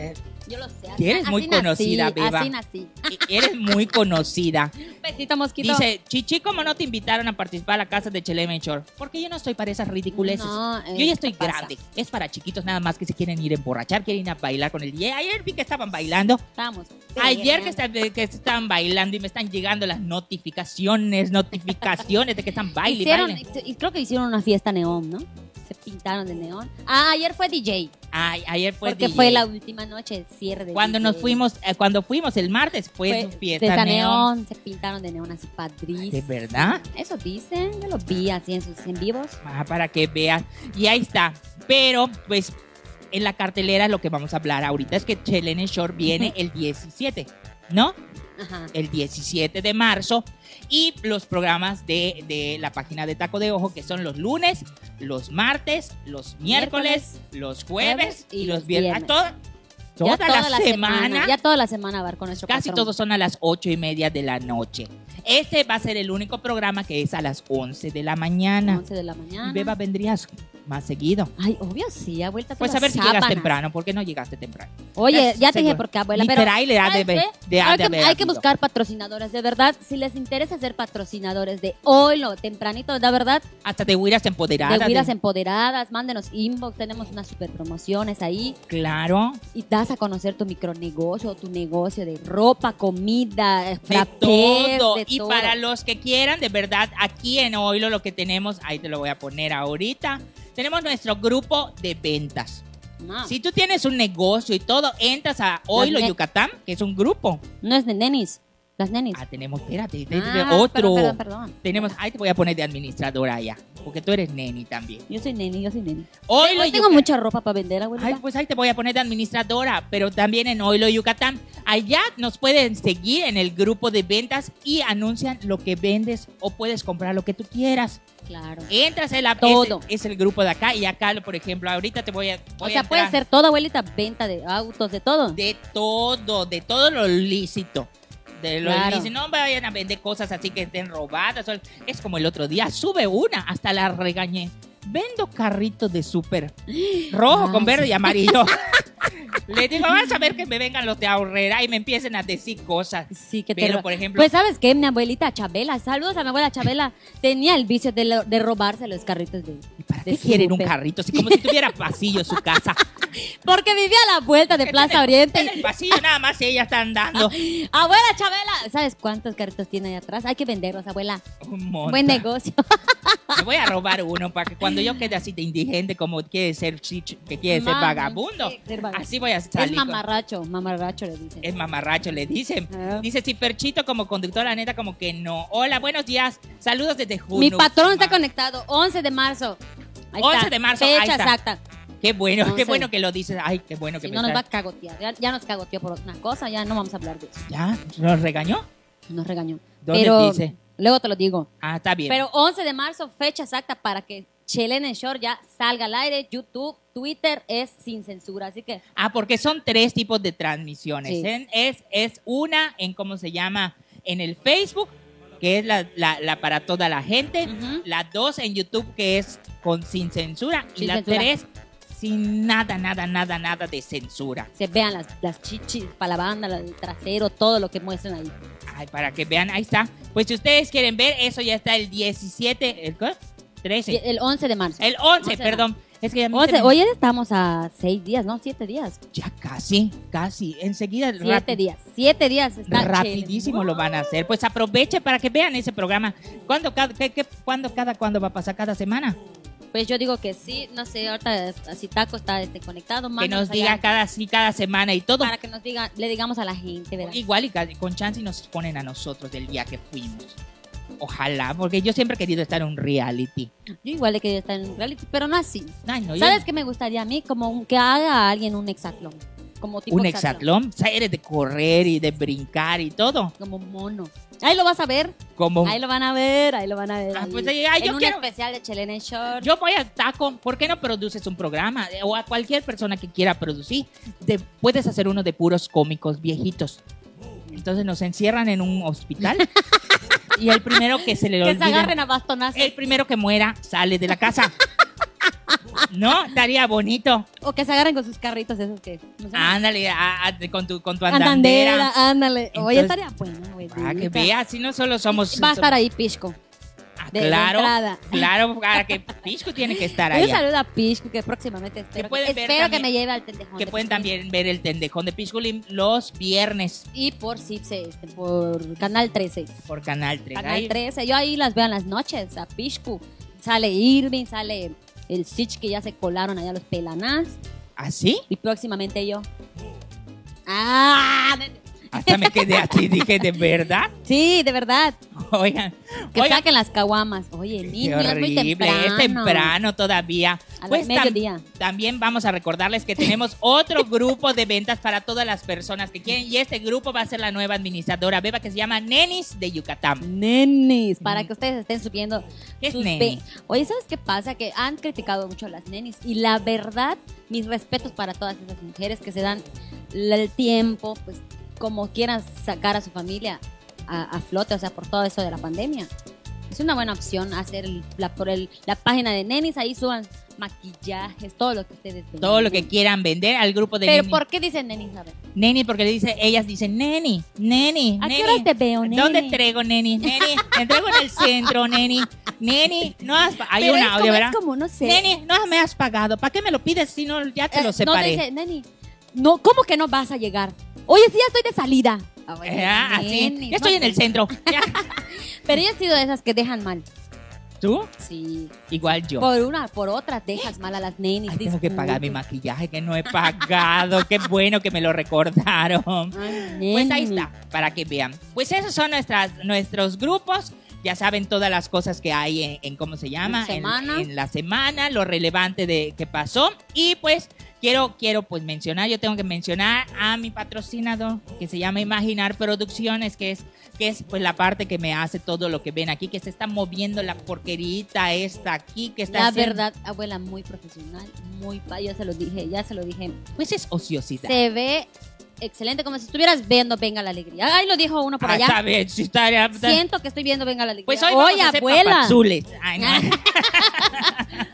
Eh,
yo lo sé.
Que eres muy
nací,
conocida, Beba.
Así nací.
Eres muy conocida.
Besito mosquito.
Dice, Chichi, ¿cómo no te invitaron a participar a la casa de Chele Menchor? Porque yo no estoy para esas ridiculeces.
No, eh,
yo ya estoy
¿qué pasa?
grande. Es para chiquitos nada más que se quieren ir a emborrachar, quieren ir a bailar con el DJ. Ayer vi que estaban bailando.
Estamos. eh.
Ayer que, Ah, está- que estaban bailando y me están llegando las notificaciones, notificaciones de que están baile, y
Hicieron,
baile.
y creo que hicieron una fiesta neón, ¿no? Se pintaron de neón. Ah, ayer fue DJ.
Ay, ayer fue
porque
DJ.
fue la última noche de cierre de
Pues, cuando
DJ.
nos fuimos, eh, cuando fuimos el martes fue,
Fue
su fiesta
fiesta
neón.
neón, Se pintaron de neón así padrísimo.
¿De verdad?
Eso dicen. Yo lo vi así en sus en vivos.
Ah, para que veas. Y ahí está. Pero, pues, en la cartelera lo que vamos a hablar ahorita es que Chelen Shore viene el 17, ¿no?
Ajá.
El 17 de marzo. Y los programas de, de la página de Taco de Ojo, que son los lunes, los martes, los miércoles, los jueves
jueves
y los viernes.
viernes.
Ah, to- toda,
Ya
la, semana.
Ya toda la semana va con nuestro
Casi
patrón.
todos son a las ocho y media de la noche. Este va a ser el único programa que es a las 11 de la mañana.
11 de la mañana.
Beba, vendrías más seguido.
Ay, obvio sí, abuelita.
Pues a ver si llegas temprano, ¿por qué no llegaste temprano?
Oye, ya
Seguro.
te dije por qué, abuela,
Mi
pero
trailer ha de,
¿sabes
ver-
qué?
de- ha
hay,
de
que,
haber
hay que
habido.
buscar patrocinadores, de verdad. Si les interesa ser patrocinadores de hoy, lo tempranito, la verdad,
Hasta te huiras empoderada.
de Huiras
de-
Empoderadas, mándenos inbox, tenemos unas super promociones ahí
Claro.
y das a conocer tu micronegocio, tu negocio de ropa, comida, eh,
De
frappés,
todo.
de
y
todo.
para los que quieran, de verdad, aquí en Oilo lo que tenemos, ahí te lo voy a poner ahorita, tenemos nuestro grupo de ventas.
No,
Si tú tienes un negocio y todo, entras a Oilo
Las Ah. ne-
Yucatán, que es un grupo.
no es de nenis, las nenis.
Ah, tenemos, espérate, te- te-
Ah,
otro.
Perdón, perdón, perdón.
Tenemos, ahí te voy a poner de administradora allá, porque tú eres neni también.
Yo soy neni, yo soy neni.
Oilo
Hoy tengo
Yucatán.
mucha ropa para vender,
Ay,
abuelita.
pues ahí te voy a poner de administradora, pero también en Oilo Yucatán. Allá nos pueden seguir en el grupo de ventas y anuncian lo que vendes o puedes comprar lo que tú quieras.
claro.
Entras en la es-
Todo.
Es, el grupo de acá y acá, por ejemplo, ahorita te voy a.
O
voy a
sea, puede
entrar
ser todo, abuelita, venta de autos, de todo.
De todo, de todo lo lícito. De lo
Claro.
lícito. No vayan a vender cosas así que estén robadas. o- Es como el otro día, sube una, hasta la regañé. Vendo carritos de súper rojo
Ay,
con verde y
(laughs)
amarillo. (laughs) Le digo, vas a ver que me vengan los de ahorrera y me empiecen a decir cosas.
Sí, que te
Pero,
ro-
por ejemplo,
Pues sabes qué, mi abuelita Chabela, saludos a mi abuela
(laughs)
Chabela, tenía el vicio de, lo- de robarse los carritos de...
¿y ¿para
de
qué quieren un
súper.
carrito? Así como si tuviera pasillo su
(laughs)
casa.
Porque vivía a la vuelta de
(laughs) Que
Plaza
tiene-
Oriente.
En el pasillo nada más ella está andando.
Ah. Abuela Chabela, ¿sabes cuántos carritos tiene ahí atrás? Hay que venderlos, abuela.
Un montón.
Buen negocio. (laughs)
Me voy a robar uno para que cuando yo quede así de indigente como quiere ser chicho, que quiere ser
Mami,
vagabundo,
sí, ser vagabundo.
así voy a salir.
Es
con-
mamarracho, mamarracho le dicen.
es mamarracho, le dicen.
Ah.
Dice, si Perchito como conductor, la neta como que no. Hola, buenos días. Saludos desde Juno.
Mi patrón está
Ma-
conectado, 11 de marzo. Ahí
11
está,
Ah. de marzo,
Fecha
ahí está.
exacta.
Ah, Qué bueno, qué
Entonces-
bueno que lo dices. Ay, qué bueno que
Si
me
no nos va
está-
a cagotear. Ya, ya nos cagoteó por una cosa, ya no vamos a hablar de eso.
(laughs) ¿Ya? ¿Nos regañó?
Nos regañó.
¿Dónde
Pero
dice?
luego te lo digo.
Ah, está bien.
Pero 11 de marzo, fecha exacta para que Chelen en Short ya salga al aire. YouTube, Twitter es sin censura. Así que
Ah, porque son tres tipos de transmisiones.
Sí.
En- es, es una en cómo se llama en el Facebook, que es la, la- la para toda la gente.
Ujú.
La dos en YouTube, que es con sin censura. y
Sin
la
censura.
tres Así nada, nada, nada, nada de censura.
Se vean las, las chichis para la banda, la del trasero, todo lo que muestran ahí.
Ay, para que vean, ahí está. Pues si ustedes quieren ver, eso ya está el 17, ¿el qué? 13.
El 11 de marzo.
El 11,
11,
perdón. Es que ya me
11,
tienen-
hoy estamos a 6 días, ¿no? 7 días.
Ya casi, casi. Enseguida,
7 días. 7 días. Está
rapidísimo lo van a hacer. Pues aproveche para que vean ese programa. ¿Cuándo, cada, qué- qué- cuándo, cada, cuándo va a pasar? ¿Cada semana?
chévere. Pues yo digo que sí, no sé, ahorita así Taco está este, conectado.
que
mándanos
nos diga
allá
cada sí, cada semana y todo.
Para que nos diga, le digamos a la gente, ¿verdad?
Igual y ca- con chance y nos ponen a nosotros del día que fuimos. Ojalá, porque yo siempre he querido estar en un reality.
Yo igual le quería estar en un reality, pero no así.
Ay, no, yo-
¿Sabes qué me gustaría a mí? Como un- que haga a alguien un hexatlón. Como tipo
un hexatlón. O sea, eres de correr y de brincar y todo.
Como mono. Ahí lo vas a ver.
Como
Ahí lo van a ver. Ahí lo van a ver.
Oh. Ah,
ahí.
pues, ahí- ay,
en
yo
un
quiero-
especial de Chelena en Short.
Yo voy a Taco, ¿por qué no produces un programa? Eh, O a cualquier persona que quiera producir, te- puedes hacer uno de puros cómicos viejitos. Entonces nos encierran en un hospital
(laughs)
y el primero que se le
que se
olvide,
agarren a bastonazos.
el primero que muera sale de la casa. No, estaría bonito.
O que se agarren con sus carritos esos que. no sé.
Ah, Ándale, a- a- con, tu, con tu
Andandera, Ah,
andandera. Ah,
ándale. Oye,
Entonces-
estaría buena, güey.
Para que
neta.
veas, si no solo somos...
Va a estar ahí Pisco.
Ah,
de- de
claro,
entrada.
claro, para que Pisco tiene que estar
Un
ahí.
saludo a Pisco, que próximamente espero, que,
pueden ver
espero que
también-
me lleve al tendejón.
Que
de
pueden
Pisco.
también ver el tendejón de Pisculín los viernes.
Y por Cipse, este, por Canal 13.
Por Canal 3.
Canal 13. Yo ahí las veo en las noches, a Pishku. Sale Irving, sale el Sitch que ya se colaron allá los pelanás.
¿Así?
Y próximamente yo. ¡Ah! de-
Hasta me quedé así, dije, ¿de verdad?
Sí, de verdad.
Oigan,
(laughs) Que
oigan,
saquen las caguamas. Oye,
qué
niño, es muy
horrible,
temprano.
es temprano todavía.
A las
Pues tam-
mediodía.
también vamos a recordarles que tenemos
(laughs)
otro grupo de ventas para todas las personas que quieren y este grupo va a ser la nueva administradora Beba que se llama Nenis de Yucatán.
Nenis. Para
Mm.
que ustedes estén subiendo
¿Qué es
sus
Neni?
ve- Oye, ¿sabes qué pasa? Que han criticado mucho a las nenis. Y la verdad, mis respetos para todas esas mujeres que se dan la- el tiempo, pues, como quieran sacar a su familia a, a flote, o sea, por todo eso de la pandemia. Es una buena opción hacer el- la, por el- la página de nenis, ahí suban maquillajes, todo lo que ustedes tengan.
Todo lo que quieran vender al grupo de
Pero
Neni.
¿por qué dicen nenis? A ver,
Neni, porque le dice, ellas dicen, Neni, Neni,
¿a
Neni.
qué horas te veo, neni?
¿Dónde entrego, neni? Neni, te entrego en el centro, neni. Neni, no has. Hay
Pero
un
es como-
audio, ¿verdad?
Es como, no sé.
Neni, no me has pagado. ¿Para qué me lo pides si no ya te
Eh,
lo
No,
separé?
te dice, Neni, no, ¿cómo que no vas a llegar? Oye, sí, ya estoy de salida. Ah, bueno,
Eh, (laughs) ah, así.
Neni,
Ya estoy
no,
en el centro.
(laughs)
Ya.
Pero yo he sido de esas que dejan mal.
¿Tú?
Sí.
Igual yo.
Por una, por otra, dejas mal a las nenis.
Ay, tengo que
disculpe.
pagar mi maquillaje que no he pagado. Qué bueno que me lo recordaron.
Ay,
Pues
neni.
ahí está, para que vean. Pues esos son nuestras, nuestros grupos. Ya saben todas las cosas que hay en, en- cómo se llama,
En
en,
semana.
en la semana, lo relevante de que pasó. Y pues quiero, quiero pues mencionar, yo tengo que mencionar a mi patrocinador que se llama Imaginar Producciones, que es que es pues la parte que me hace todo lo que ven aquí, que se está moviendo la porquerita esta aquí, que está
La
haciendo-
verdad, abuela, muy profesional, muy pa, ya se lo dije, ya se lo dije.
pues es ociosidad.
Se ve excelente, como si estuvieras viendo Venga la Alegría. Ahí lo dijo uno por
Ah, está
allá.
bien, sí, está-
Siento que estoy viendo Venga la Alegría.
Pues hoy vamos
Oye,
a hacer
abuela.
papazules. Ay,
(laughs)
no.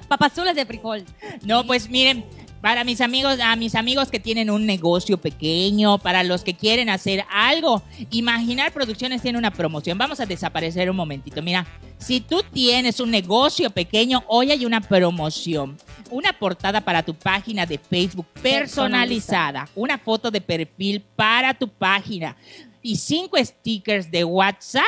Papazules de frijol.
No, pues miren, para mis amigos, a mis amigos que tienen un negocio pequeño, para los que quieren hacer algo, Imaginar Producciones tiene una promoción. Vamos a desaparecer un momentito. Mira, si tú tienes un negocio pequeño, hoy hay una promoción. Una portada para tu página de Facebook personalizada, una foto de perfil para tu página y cinco stickers de WhatsApp,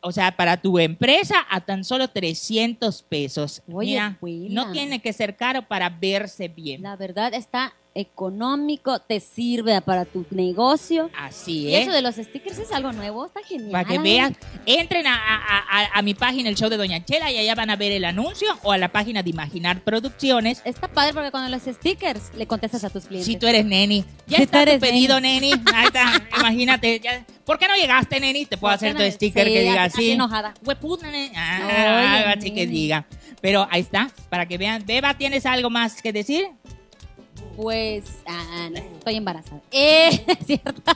o sea, para tu empresa a tan solo 300 pesos.
Oye,
Mira,
buena.
no tiene que ser caro para verse bien.
La verdad está económico, te sirve para tu negocio.
Así
Y
es.
eso de los stickers es algo nuevo, está genial.
Para que vean, entren a, a- a- a mi página, el show de Doña Chela, y allá van a ver el anuncio o a la página de Imaginar Producciones.
Está padre porque cuando los stickers le contestas a tus clientes.
Si tú eres neni, ya
Si tú
está tu
eres
pedido, neni. Ahí está, imagínate. ya. ¿Por qué no llegaste, neni? Te puedo hacer tu sticker
Sí,
que diga
así- así
así.
enojada.
Hueputa, neni. Ah,
Oye,
algo así que
neni.
diga. Pero ahí está, para que vean. Beba, ¿tienes algo más que
(laughs)
decir?
Pues, ah, no, estoy embarazada. Eh, (laughs) es cierto.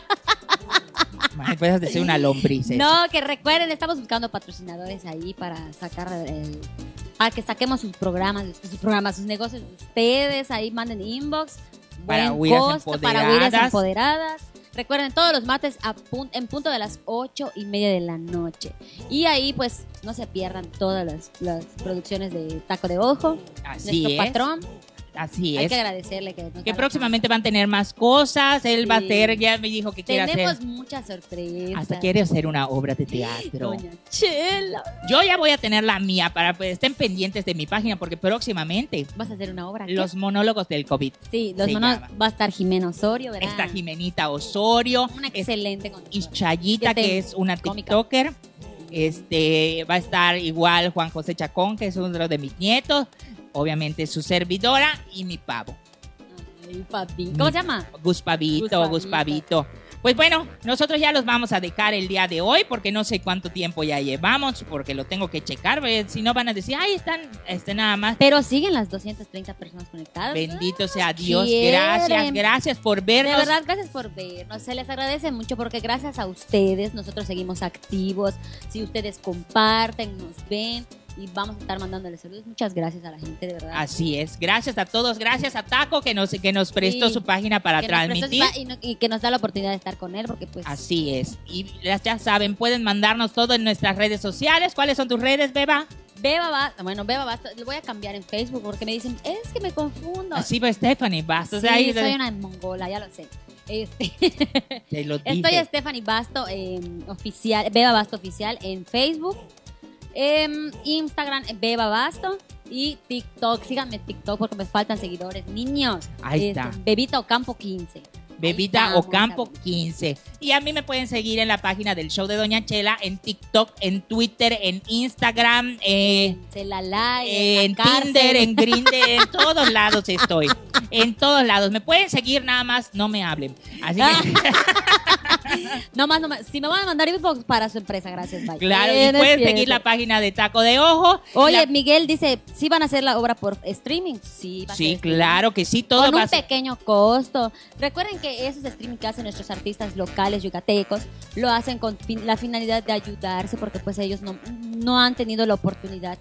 Ay, Puedes decir una lombriz. eso.
No, que recuerden, estamos buscando patrocinadores ahí para sacar el, eh, a que saquemos sus programas, sus programas, sus negocios de ustedes, ahí manden inbox,
Para
buen
huidas
costo, para huidas
empoderadas.
empoderadas. Recuerden, todos los martes a pun- en punto de las ocho y media de la noche. Y ahí, pues, no se pierdan todas las, las producciones de Taco de Ojo.
Así
nuestro
es.
patrón,
Así
hay
es.
que agradecerle que nos da
Que
la
próximamente van a tener más cosas. Él va a
Sí.
hacer, ya me dijo que
chance.
quiere hacer.
Tenemos muchas sorpresas.
Hasta quiere hacer una obra de teatro.
Doña Chela.
Yo ya voy a tener la mía para que estén pendientes de mi página porque próximamente
¿Vas a hacer una obra? ¿Qué?
los monólogos del COVID.
sí, los
se
monos.
llama.
Va a estar Jimena Osorio, ¿verdad?
Está Jimenita Osorio
Una
es-
excelente
y
conductora.
Chayita,
Que te-
que es una
cómica.
TikToker. Este, va a estar igual Juan José Chacón, que es uno de mis nietos. Obviamente su servidora y mi pavo.
Ay, papi. ¿Cómo se llama?
Gus Pavito,
Gus
Gus Pavito. Pues bueno, nosotros ya los vamos a dejar el día de hoy porque no sé cuánto tiempo ya llevamos, porque lo tengo que checar, porque si no van a decir, ay, están, este nada más.
Pero siguen las 230 personas conectadas.
Bendito sea Dios,
quieren.
gracias, gracias por
De
vernos.
verdad, gracias por vernos. Se les agradece mucho porque gracias a ustedes nosotros seguimos activos. Si ustedes comparten, nos ven y vamos a estar mandándoles saludos. Muchas gracias a la gente, de verdad.
Así es, gracias a todos, gracias a Taco que nos, que nos prestó
Sí,
su página para
que nos prestó su
transmitir.
pa- y, no- y que nos da la oportunidad de estar con él porque pues
Así es. Y las- ya saben, pueden mandarnos todo en nuestras redes sociales. ¿Cuáles son tus redes, Beba?
Beba Bastos, bueno, Beba Bastos, lo voy a cambiar en Facebook porque me dicen, es que me confundo.
Así va Stephanie Bastos.
Sí,
ahí
soy una mongola, ya lo sé. Este, (laughs)
te lo
estoy
dije.
Stephanie Basto eh, oficial, Beba Basto oficial en Facebook, em, Instagram eh, Beba Basto y TikTok. Síganme en TikTok porque me faltan seguidores, niños.
Ahí
Este,
está.
Bebita Ocampo 15.
Bebita
estamos,
Ocampo 15. Y a mí me pueden seguir en la página del show de Doña Chela, en TikTok, en Twitter, en Instagram, eh,
Se la like,
eh, en
la cárcel.
Tinder, en Grindr,
(laughs)
en todos lados estoy. En todos lados. Me pueden seguir nada más, no me hablen. Así que,
Ah, No más, no más. Si me van a mandar inbox para su empresa, gracias.
(laughs)
Bye.
claro, y
Bien, es
pueden
cierto.
seguir la página de Taco de Ojo.
Oye,
La-
Miguel dice, ¿sí van a hacer la obra por streaming? Sí, va a ser
sí,
streaming.
claro que sí, todo
Con
va
un
a ser-
pequeño costo. Recuerden que esos streaming que hacen nuestros artistas locales yucatecos lo hacen con fin- la finalidad de ayudarse porque pues ellos no, no han tenido la oportunidad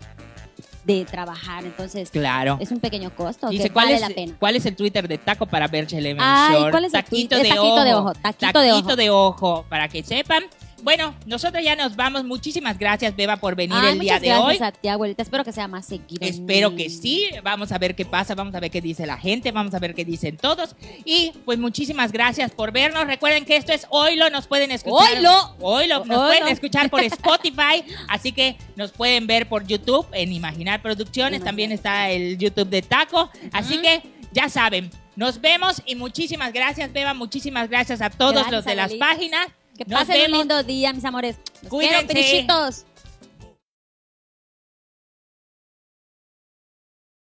de trabajar. Entonces,
Claro.
es un pequeño costo
Dice,
que
¿cuál,
vale
es,
la pena.
¿cuál es el Twitter de Taco para ver Chelemen
Ay,
Short?
¿cuál es el
taquito
Twitter?
de
Es taquito
ojo.
de ojo, taquito de ojo.
ojo, para que sepan. Bueno, nosotros ya nos vamos. Muchísimas gracias, Beba, por venir
Ay,
el día
muchas
de
gracias
hoy.
a ti, abuelita. Espero que sea más seguido.
Espero
Mm.
que sí. Vamos a ver qué pasa, vamos a ver qué dice la gente, vamos a ver qué dicen todos. Y pues muchísimas gracias por vernos. Recuerden que esto es Oilo, nos pueden escuchar.
Oilo.
Oilo, nos
Oilo.
pueden escuchar
(laughs)
por Spotify, así que nos pueden ver por YouTube en Imaginar Producciones.
Imaginar.
También está el YouTube de Taco. Así que ya saben, nos vemos y muchísimas gracias, Beba. Muchísimas gracias a todos
Gracias,
los de las
Adelita.
páginas.
Que
nos
pasen un
vemos.
lindo día, mis amores. Los quiero,
Cuídense.
perichitos.